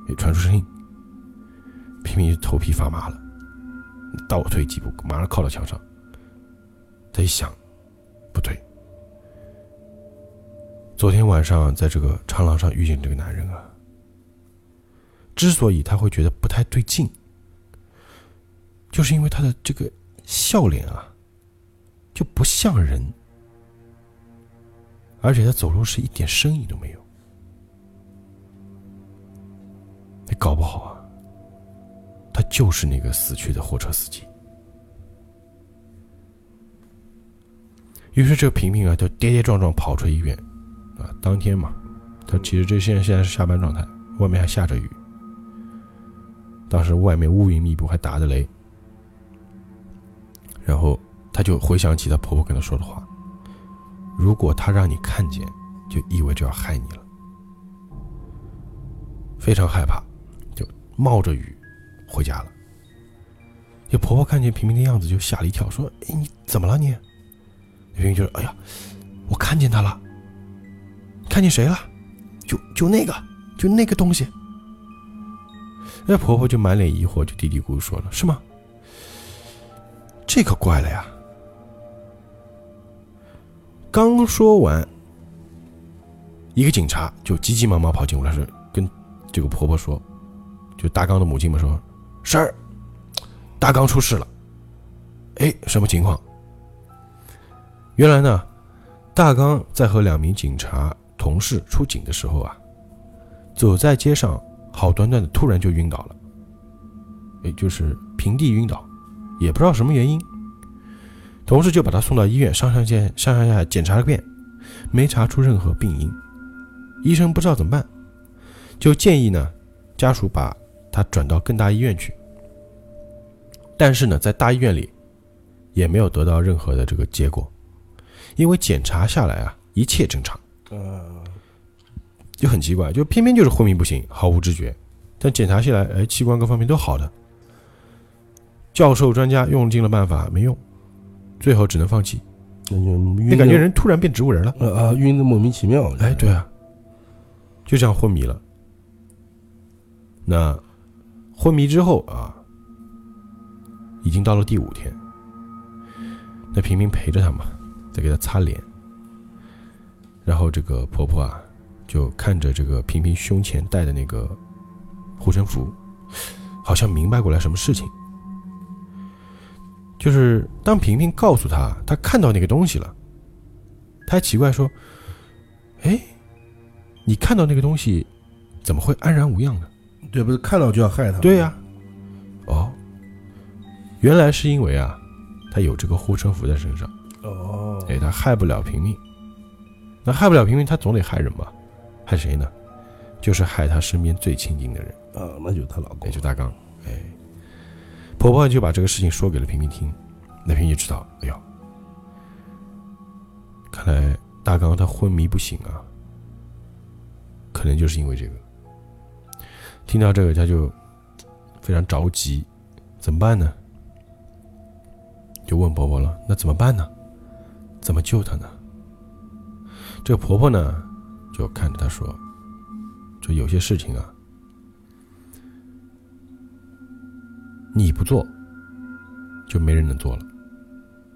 A: 哎，传出声音。平平头皮发麻了，倒退几步，马上靠到墙上。他一想，不对，昨天晚上在这个长廊上遇见这个男人啊。之所以他会觉得不太对劲，就是因为他的这个笑脸啊，就不像人，而且他走路是一点声音都没有。你搞不好啊，他就是那个死去的货车司机。于是这个平平啊，就跌跌撞撞跑出医院，啊，当天嘛，他其实这现在现在是下班状态，外面还下着雨，当时外面乌云密布，还打着雷，然后她就回想起她婆婆跟她说的话：“如果她让你看见，就意味着要害你了。”非常害怕，就冒着雨回家了。这婆婆看见平平的样子，就吓了一跳，说：“哎，你怎么了你？”平平就说：“哎呀，我看见他了，看见谁了？就就那个，就那个东西。”那婆婆就满脸疑惑，就嘀嘀咕咕说了：“是吗？”这可怪了呀！刚说完，一个警察就急急忙忙跑进屋来，说跟这个婆婆说，就大刚的母亲嘛说：“婶儿，大刚出事了。”哎，什么情况？原来呢，大刚在和两名警察同事出警的时候啊，走在街上，好端端的突然就晕倒了，也就是平地晕倒。也不知道什么原因。同事就把他送到医院，上上下上上下检查了个遍，没查出任何病因。医生不知道怎么办，就建议呢家属把他转到更大医院去。但是呢，在大医院里也没有得到任何的这个结果，因为检查下来啊一切正常，
B: 呃，
A: 就很奇怪，就偏偏就是昏迷不醒，毫无知觉。但检查下来，哎，器官各方面都好的。教授专家用尽了办法没用，最后只能放弃。
B: 那就晕
A: 那感觉
B: 得
A: 人突然变植物人了。
B: 呃啊，晕的莫名其妙。
A: 哎，对啊，就这样昏迷了。那昏迷之后啊，已经到了第五天，那平平陪着他嘛，在给他擦脸。然后这个婆婆啊，就看着这个平平胸前戴的那个护身符，好像明白过来什么事情。就是当平平告诉她她看到那个东西了，她还奇怪说：“哎，你看到那个东西，怎么会安然无恙呢？
B: 对，不是看到就要害他。
A: 对呀、哦，原来是因为啊，他有这个护身符在身上，
B: 哦，
A: 哎，他害不了平民。那害不了平民，他总得害人吧？害谁呢？就是害他身边最亲近的人，
B: 啊，那就是她老公
A: 也就大刚。哎，婆婆就把这个事情说给了平民听，那平民就知道，哎呦，看来大刚他昏迷不醒啊，可能就是因为这个。听到这个，他就非常着急，怎么办呢？就问婆婆了，那怎么办呢？怎么救他呢？这个婆婆呢，就看着他说：“就有些事情啊，你不做，就没人能做了，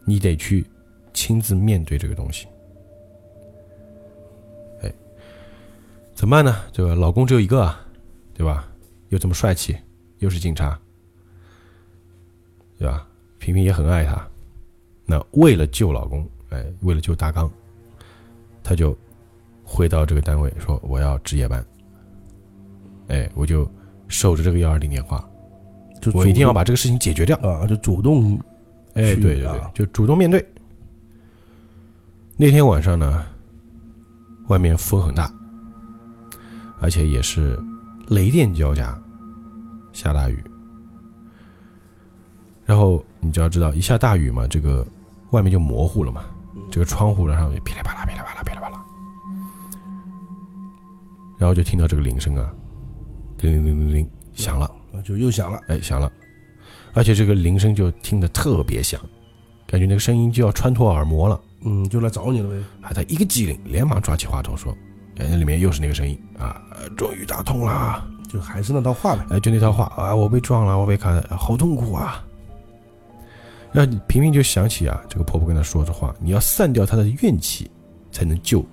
A: 你得去亲自面对这个东西。”哎，怎么办呢？这个老公只有一个啊，对吧？又这么帅气，又是警察，对吧？平平也很爱她，那为了救老公，哎，为了救大刚，她就回到这个单位说我要值夜班，哎，我就守着这个幺二零电话，
B: 就
A: 我
B: 主
A: 一定要
B: 动
A: 把这个事情解决掉。
B: 啊，就主动
A: 哎，
B: 去
A: 对对对
B: 啊，
A: 就主动面对。那天晚上呢，外面风很大，而且也是雷电交加，下大雨。然后你就要知道，一下大雨嘛，这个外面就模糊了嘛，这个窗户上面噼里啪啦、噼里啪啦、噼里啪啦，然后就听到这个铃声啊，叮铃铃铃铃响了。
B: 啊就又响了，
A: 哎，响了，而且这个铃声就听得特别响，感觉那个声音就要穿透耳膜了。
B: 嗯，就来找你了呗。
A: 啊，他一个机灵，连忙抓起话筒说：“哎，那里面又是那个声音啊，呃终于打通了。
B: 就还是那套话呗。
A: 哎，就那套话啊，我被撞了，我被卡了，好痛苦啊。”然后平平就想起啊，这个婆婆跟她说的话：“你要散掉她的怨气，才能救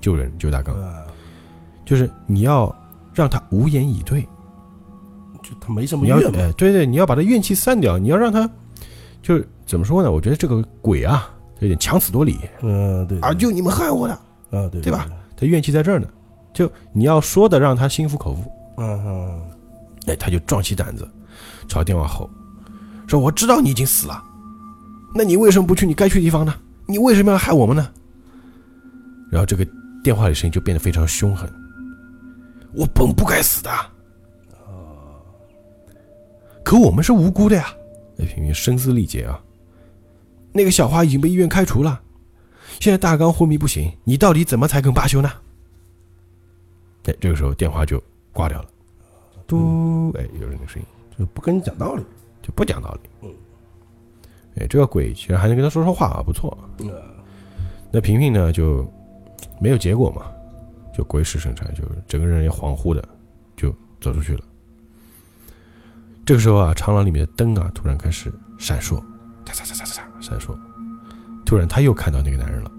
A: 救人救大刚，
B: 啊，
A: 就是你要让她无言以对。”
B: 就他没什么
A: 你要
B: 怨嘛，
A: 哎，对对，你要把他怨气散掉，你要让他就是怎么说呢？我觉得这个鬼啊，有点强词夺理
B: 嗯，对
A: 啊，就你们害我的，
B: 啊，对
A: 对吧？他怨气在这儿呢，就你要说的让他心服口服，
B: 嗯嗯，
A: 哎，他就壮起胆子朝电话吼，说我知道你已经死了，那你为什么不去你该去的地方呢？你为什么要害我们呢？然后这个电话里声音就变得非常凶狠，我本不该死的，可我们是无辜的呀。哎，平平声嘶力竭啊，那个小花已经被医院开除了，现在大刚昏迷不醒，你到底怎么才肯罢休呢？哎，这个时候电话就挂掉了。嘟，哎，有人的声音，
B: 就不跟你讲道理。
A: 就不讲道理。哎，这个鬼居然还能跟他说说话啊，不错。那平平呢，就没有结果嘛，就鬼使神差，就整个人也恍惚的就走出去了。这个时候啊，长廊里面的灯啊，突然开始闪烁，嚓嚓嚓嚓嚓嚓闪烁。突然，他又看到那个男人了，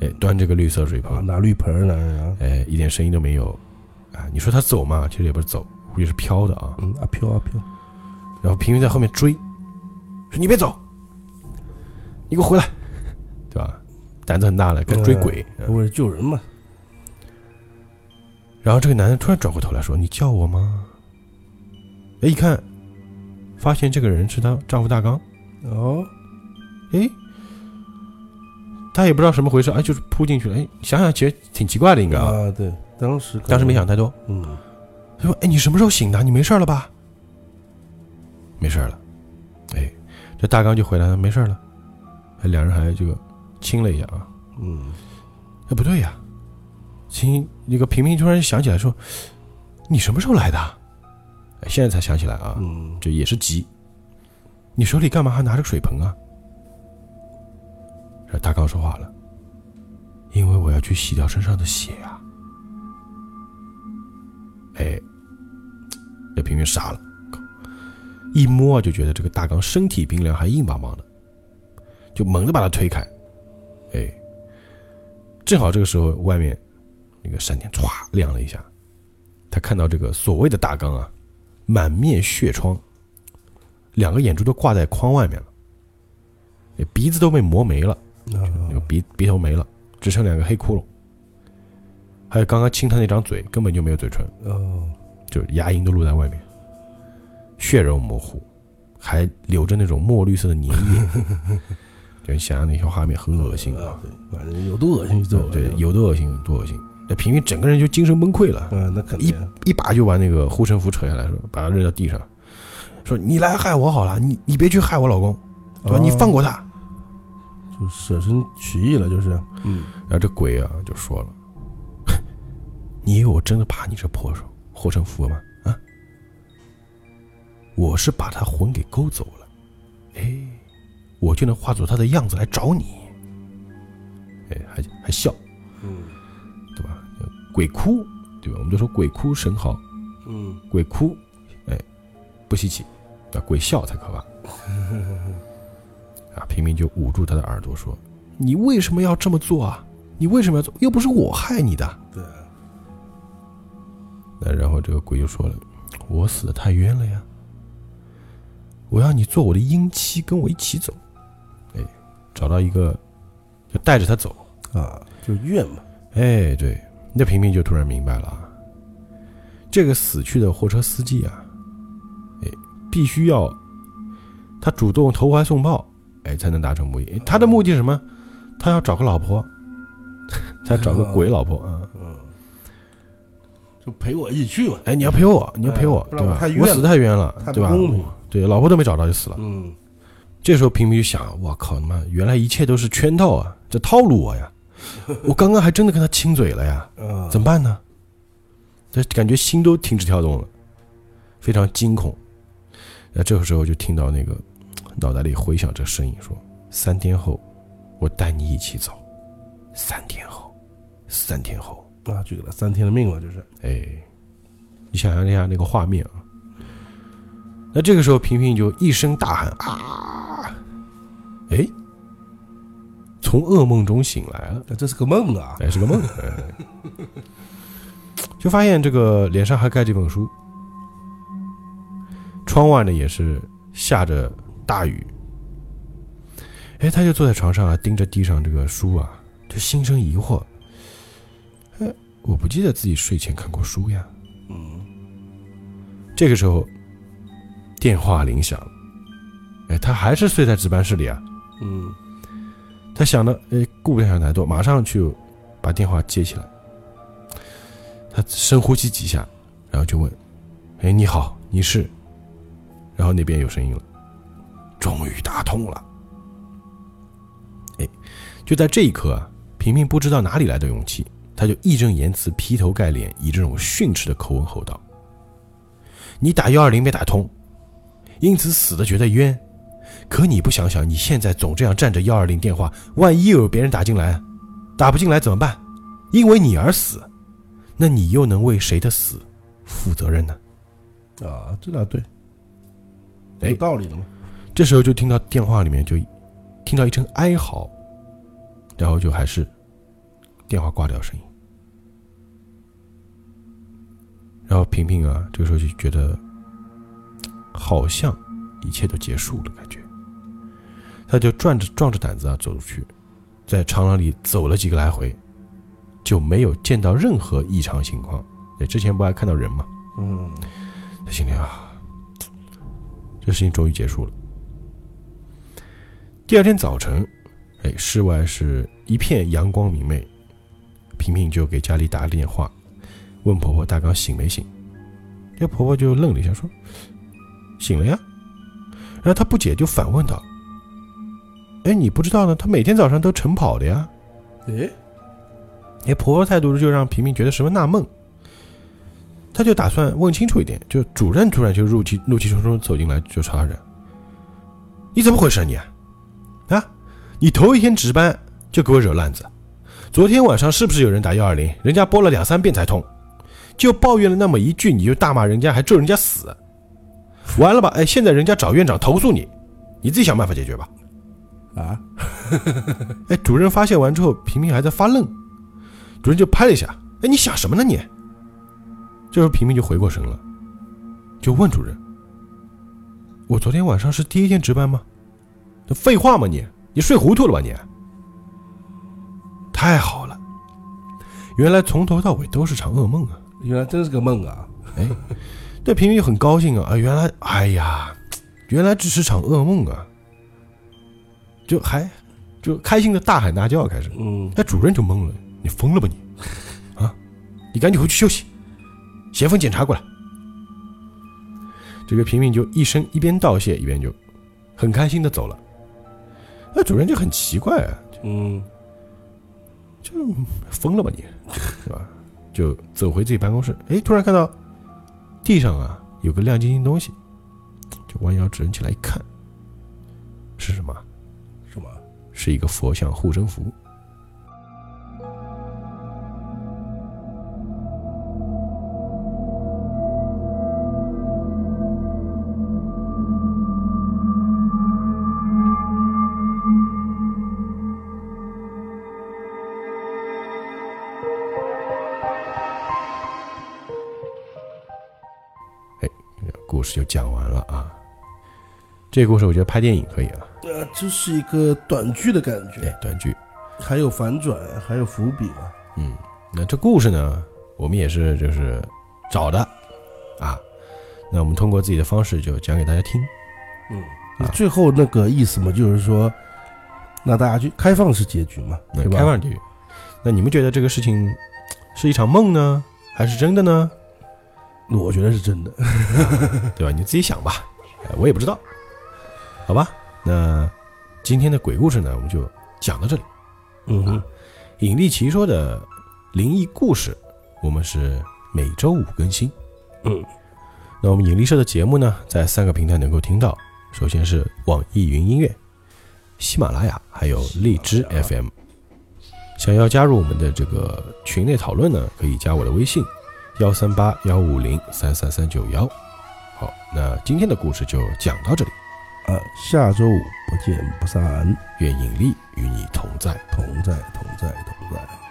A: 哎，端着个绿色水
B: 啊，
A: 盆，
B: 拿绿盆儿，拿人啊，
A: 哎，一点声音都没有。啊，你说他走嘛，其实也不是走，估计是飘的啊。
B: 嗯，啊飘啊飘，
A: 然后平平在后面追，说：“你别走，你给我回来，对吧？”胆子很大了，跟追鬼。嗯
B: 为了救人嘛，
A: 然后这个男的突然转过头来说：“你叫我吗？”哎，一看，发现这个人是她丈夫大刚。
B: 哦，
A: 哎，他也不知道什么回事，哎，就是扑进去了。哎，想想其实挺奇怪的，应该啊，
B: 啊对，当时可能
A: 当时没想，太多。
B: 嗯，
A: 他说：“哎，你什么时候醒的？你没事了吧？”没事了。哎，这大刚就回答他：“没事了。”哎，两人还这个亲了一下啊。
B: 嗯，
A: 哎，不对呀、亲，那个平平突然想起来说：“你什么时候来的？”哎现在才想起来啊，
B: 嗯，
A: 这也是急。你手里干嘛还拿着水盆啊？这大刚说话了，因为我要去洗掉身上的血啊。哎，这平平傻了，一摸就觉得这个大刚身体冰凉，还硬邦邦的，就猛地把他推开。哎，正好这个时候外面那个闪电歘亮了一下，他看到这个所谓的大刚啊，满面血疮，两个眼珠都挂在框外面了，哎鼻子都被磨没了，
B: 啊
A: 那个鼻鼻头没了，只剩两个黑窟窿，还有刚刚亲他那张嘴根本就没有嘴唇，
B: 哦，
A: 就是牙龈都露在外面，血肉模糊，还留着那种墨绿色的粘液， 就你想象那些画面很恶心啊
B: 啊！对，反正有多恶心就多恶
A: 对
B: 心，，
A: 有多恶心有多恶心。那平平整个人就精神崩溃了，
B: 嗯，那肯定，
A: 一把就把那个护身符扯下来，说把他扔到地上，说你来害我好了，你你别去害我老公，对吧？
B: 哦
A: 你放过他，
B: 就舍身取义了，就是，嗯，
A: 然后这鬼啊就说了：“你以为我真的把你这破手活成佛吗？啊，我是把他魂给勾走了，哎，我就能化作他的样子来找你。”哎，还还笑，
B: 嗯
A: 对吧？鬼哭，对吧？我们就说鬼哭神嚎，
B: 嗯，
A: 鬼哭，哎，不稀奇，啊，鬼笑才 可怕。啊，平民就捂住他的耳朵说：“你为什么要这么做啊？你为什么要做？又不是我害你的。
B: 对，”
A: 那然后这个鬼就说了：“我死的太冤了呀！我要你做我的阴妻，跟我一起走。”哎，找到一个，就带着他走。
B: 啊，就怨嘛，
A: 哎，对，那平民就突然明白了啊，这个死去的货车司机啊，哎，必须要他主动投怀送抱，哎，才能达成目的。哎他的目的是什么？他要找个老婆， 他要找个鬼老婆啊！
B: 哦就陪我一起去嘛，
A: 哎，你要陪我，你要陪我，
B: 哎不
A: 对
B: 然我
A: 吧
B: 太？冤
A: 我
B: 了
A: 死太冤了，
B: 太不
A: 对吧？啊
B: 公平，
A: 对，老婆都没找到就死了。
B: 嗯，
A: 这时候平民就想：我靠，他妈，原来一切都是圈套啊！这套路我呀！我刚刚还真的跟他亲嘴了呀！
B: 啊，
A: 怎么办呢？这感觉心都停止跳动了，非常惊恐。那这个时候就听到那个脑袋里回响着声音说：“三天后，我带你一起走。三天后，三天后。
B: 啊，就给他三天的命嘛，就是，”
A: 哎，你想象一下那个画面啊。那这个时候，平平就一声大喊啊！哎，从噩梦中醒来了。
B: 那这是个梦啊，
A: 哎，是个梦。哎 就发现这个脸上还盖着一本书，窗外呢也是下着大雨。哎，他就坐在床上啊，盯着地上这个书啊，就心生疑惑。哎，我不记得自己睡前看过书呀。
B: 嗯，
A: 这个时候，电话铃响了。哎，他还是睡在值班室里啊。
B: 嗯，
A: 他想的，哎，顾不上太多，马上就把电话接起来。他深呼吸几下，然后就问：“哎，你好，你是？”然后那边有声音了，终于打通了。哎，就在这一刻啊，平平不知道哪里来的勇气，他就义正言辞、劈头盖脸，以这种训斥的口吻吼道：“你打幺二零没打通，因此死的觉得冤。”可你不想想，你现在总这样占着幺二零电话，万一又有别人打进来，打不进来怎么办？因为你而死，那你又能为谁的死负责任呢？
B: 啊，这倒对，
A: 哎
B: 有道理的嘛，
A: 这时候就听到电话里面就听到一声哀嚎，然后就还是电话挂掉声音。然后平平啊，这个时候就觉得好像一切都结束了，感觉。他就壮着壮着胆子啊走出去，在长廊里走了几个来回，就没有见到任何异常情况。哎，之前不还看到人吗？
B: 嗯，
A: 他心里啊，这事情终于结束了。第二天早晨，哎，室外是一片阳光明媚，平平就给家里打了电话，问婆婆大刚醒没醒。这婆婆就愣了一下，说：“醒了呀。”然后她不解，就反问道：“哎，你不知道呢？她每天早上都晨跑的呀。”
B: 哎，
A: 哎，婆婆态度就让平平觉得十分纳闷，她就打算问清楚一点。就主任突然就怒气怒气冲冲走进来，就朝她嚷：“你怎么回事你啊？啊，你头一天值班就给我惹乱子，昨天晚上是不是有人打幺二零？人家拨了两三遍才通，就抱怨了那么一句，你就大骂人家，还咒人家死，完了吧？哎，现在人家找院长投诉你，你自己想办法解决吧。”
B: 啊，
A: 哎，主任发现完之后，平平还在发愣，主任就拍了一下，哎，你想什么呢你？这时候平平就回过神了，就问主任：“我昨天晚上是第一天值班吗？”这废话吗你？你睡糊涂了吧你？太好了，原来从头到尾都是场噩梦啊！
B: 原来真是个梦啊，
A: 对平平很高兴啊，啊，原来，哎呀，原来只是场噩梦啊，就还就开心的大喊大叫开始。
B: 嗯，
A: 那主任就懵了：“你疯了吧你？啊，你赶紧回去休息，协防检查过来。”这个平平就一声一边道谢一边就很开心的走了。那主任就很奇怪、啊，
B: 嗯，
A: 疯了吧你，是吧？就走回自己办公室，哎，突然看到地上啊有个亮晶晶东西，就弯腰直起来一看，是什么？啊
B: 什么？
A: 是一个佛像护身符。哎，故事就讲完了啊。这故事我觉得拍电影可以了，
B: 呃，这是一个短剧的感
A: 对
B: 觉，，
A: 短剧。
B: 还有反转，还有伏笔嘛。
A: 嗯，那这故事呢，我们也是就是找的啊。那我们通过自己的方式就讲给大家听。
B: 嗯
A: 啊，
B: 最后那个意思嘛，就是说，那大家去开放式结局嘛，
A: 那
B: 对吧？
A: 开放结局，那你们觉得这个事情是一场梦呢，还是真的呢？
B: 我觉得是真的。
A: 啊对吧？你自己想吧，哎我也不知道，好吧？那今天的鬼故事呢，我们就讲到这里。
B: 嗯哼，
A: 引力奇说的灵异故事，我们是每周五更新。
B: 嗯，
A: 那我们引力社的节目呢，在三个平台能够听到，首先是网易云音乐、喜马拉雅，还有荔枝 FM。想要加入我们的这个群内讨论呢，可以加我的微信幺三八幺五零三三三九幺。好，那今天的故事就讲到这里，
B: 啊，下周五不见不散，
A: 愿引力与你同在。
B: 同在，同在，同在。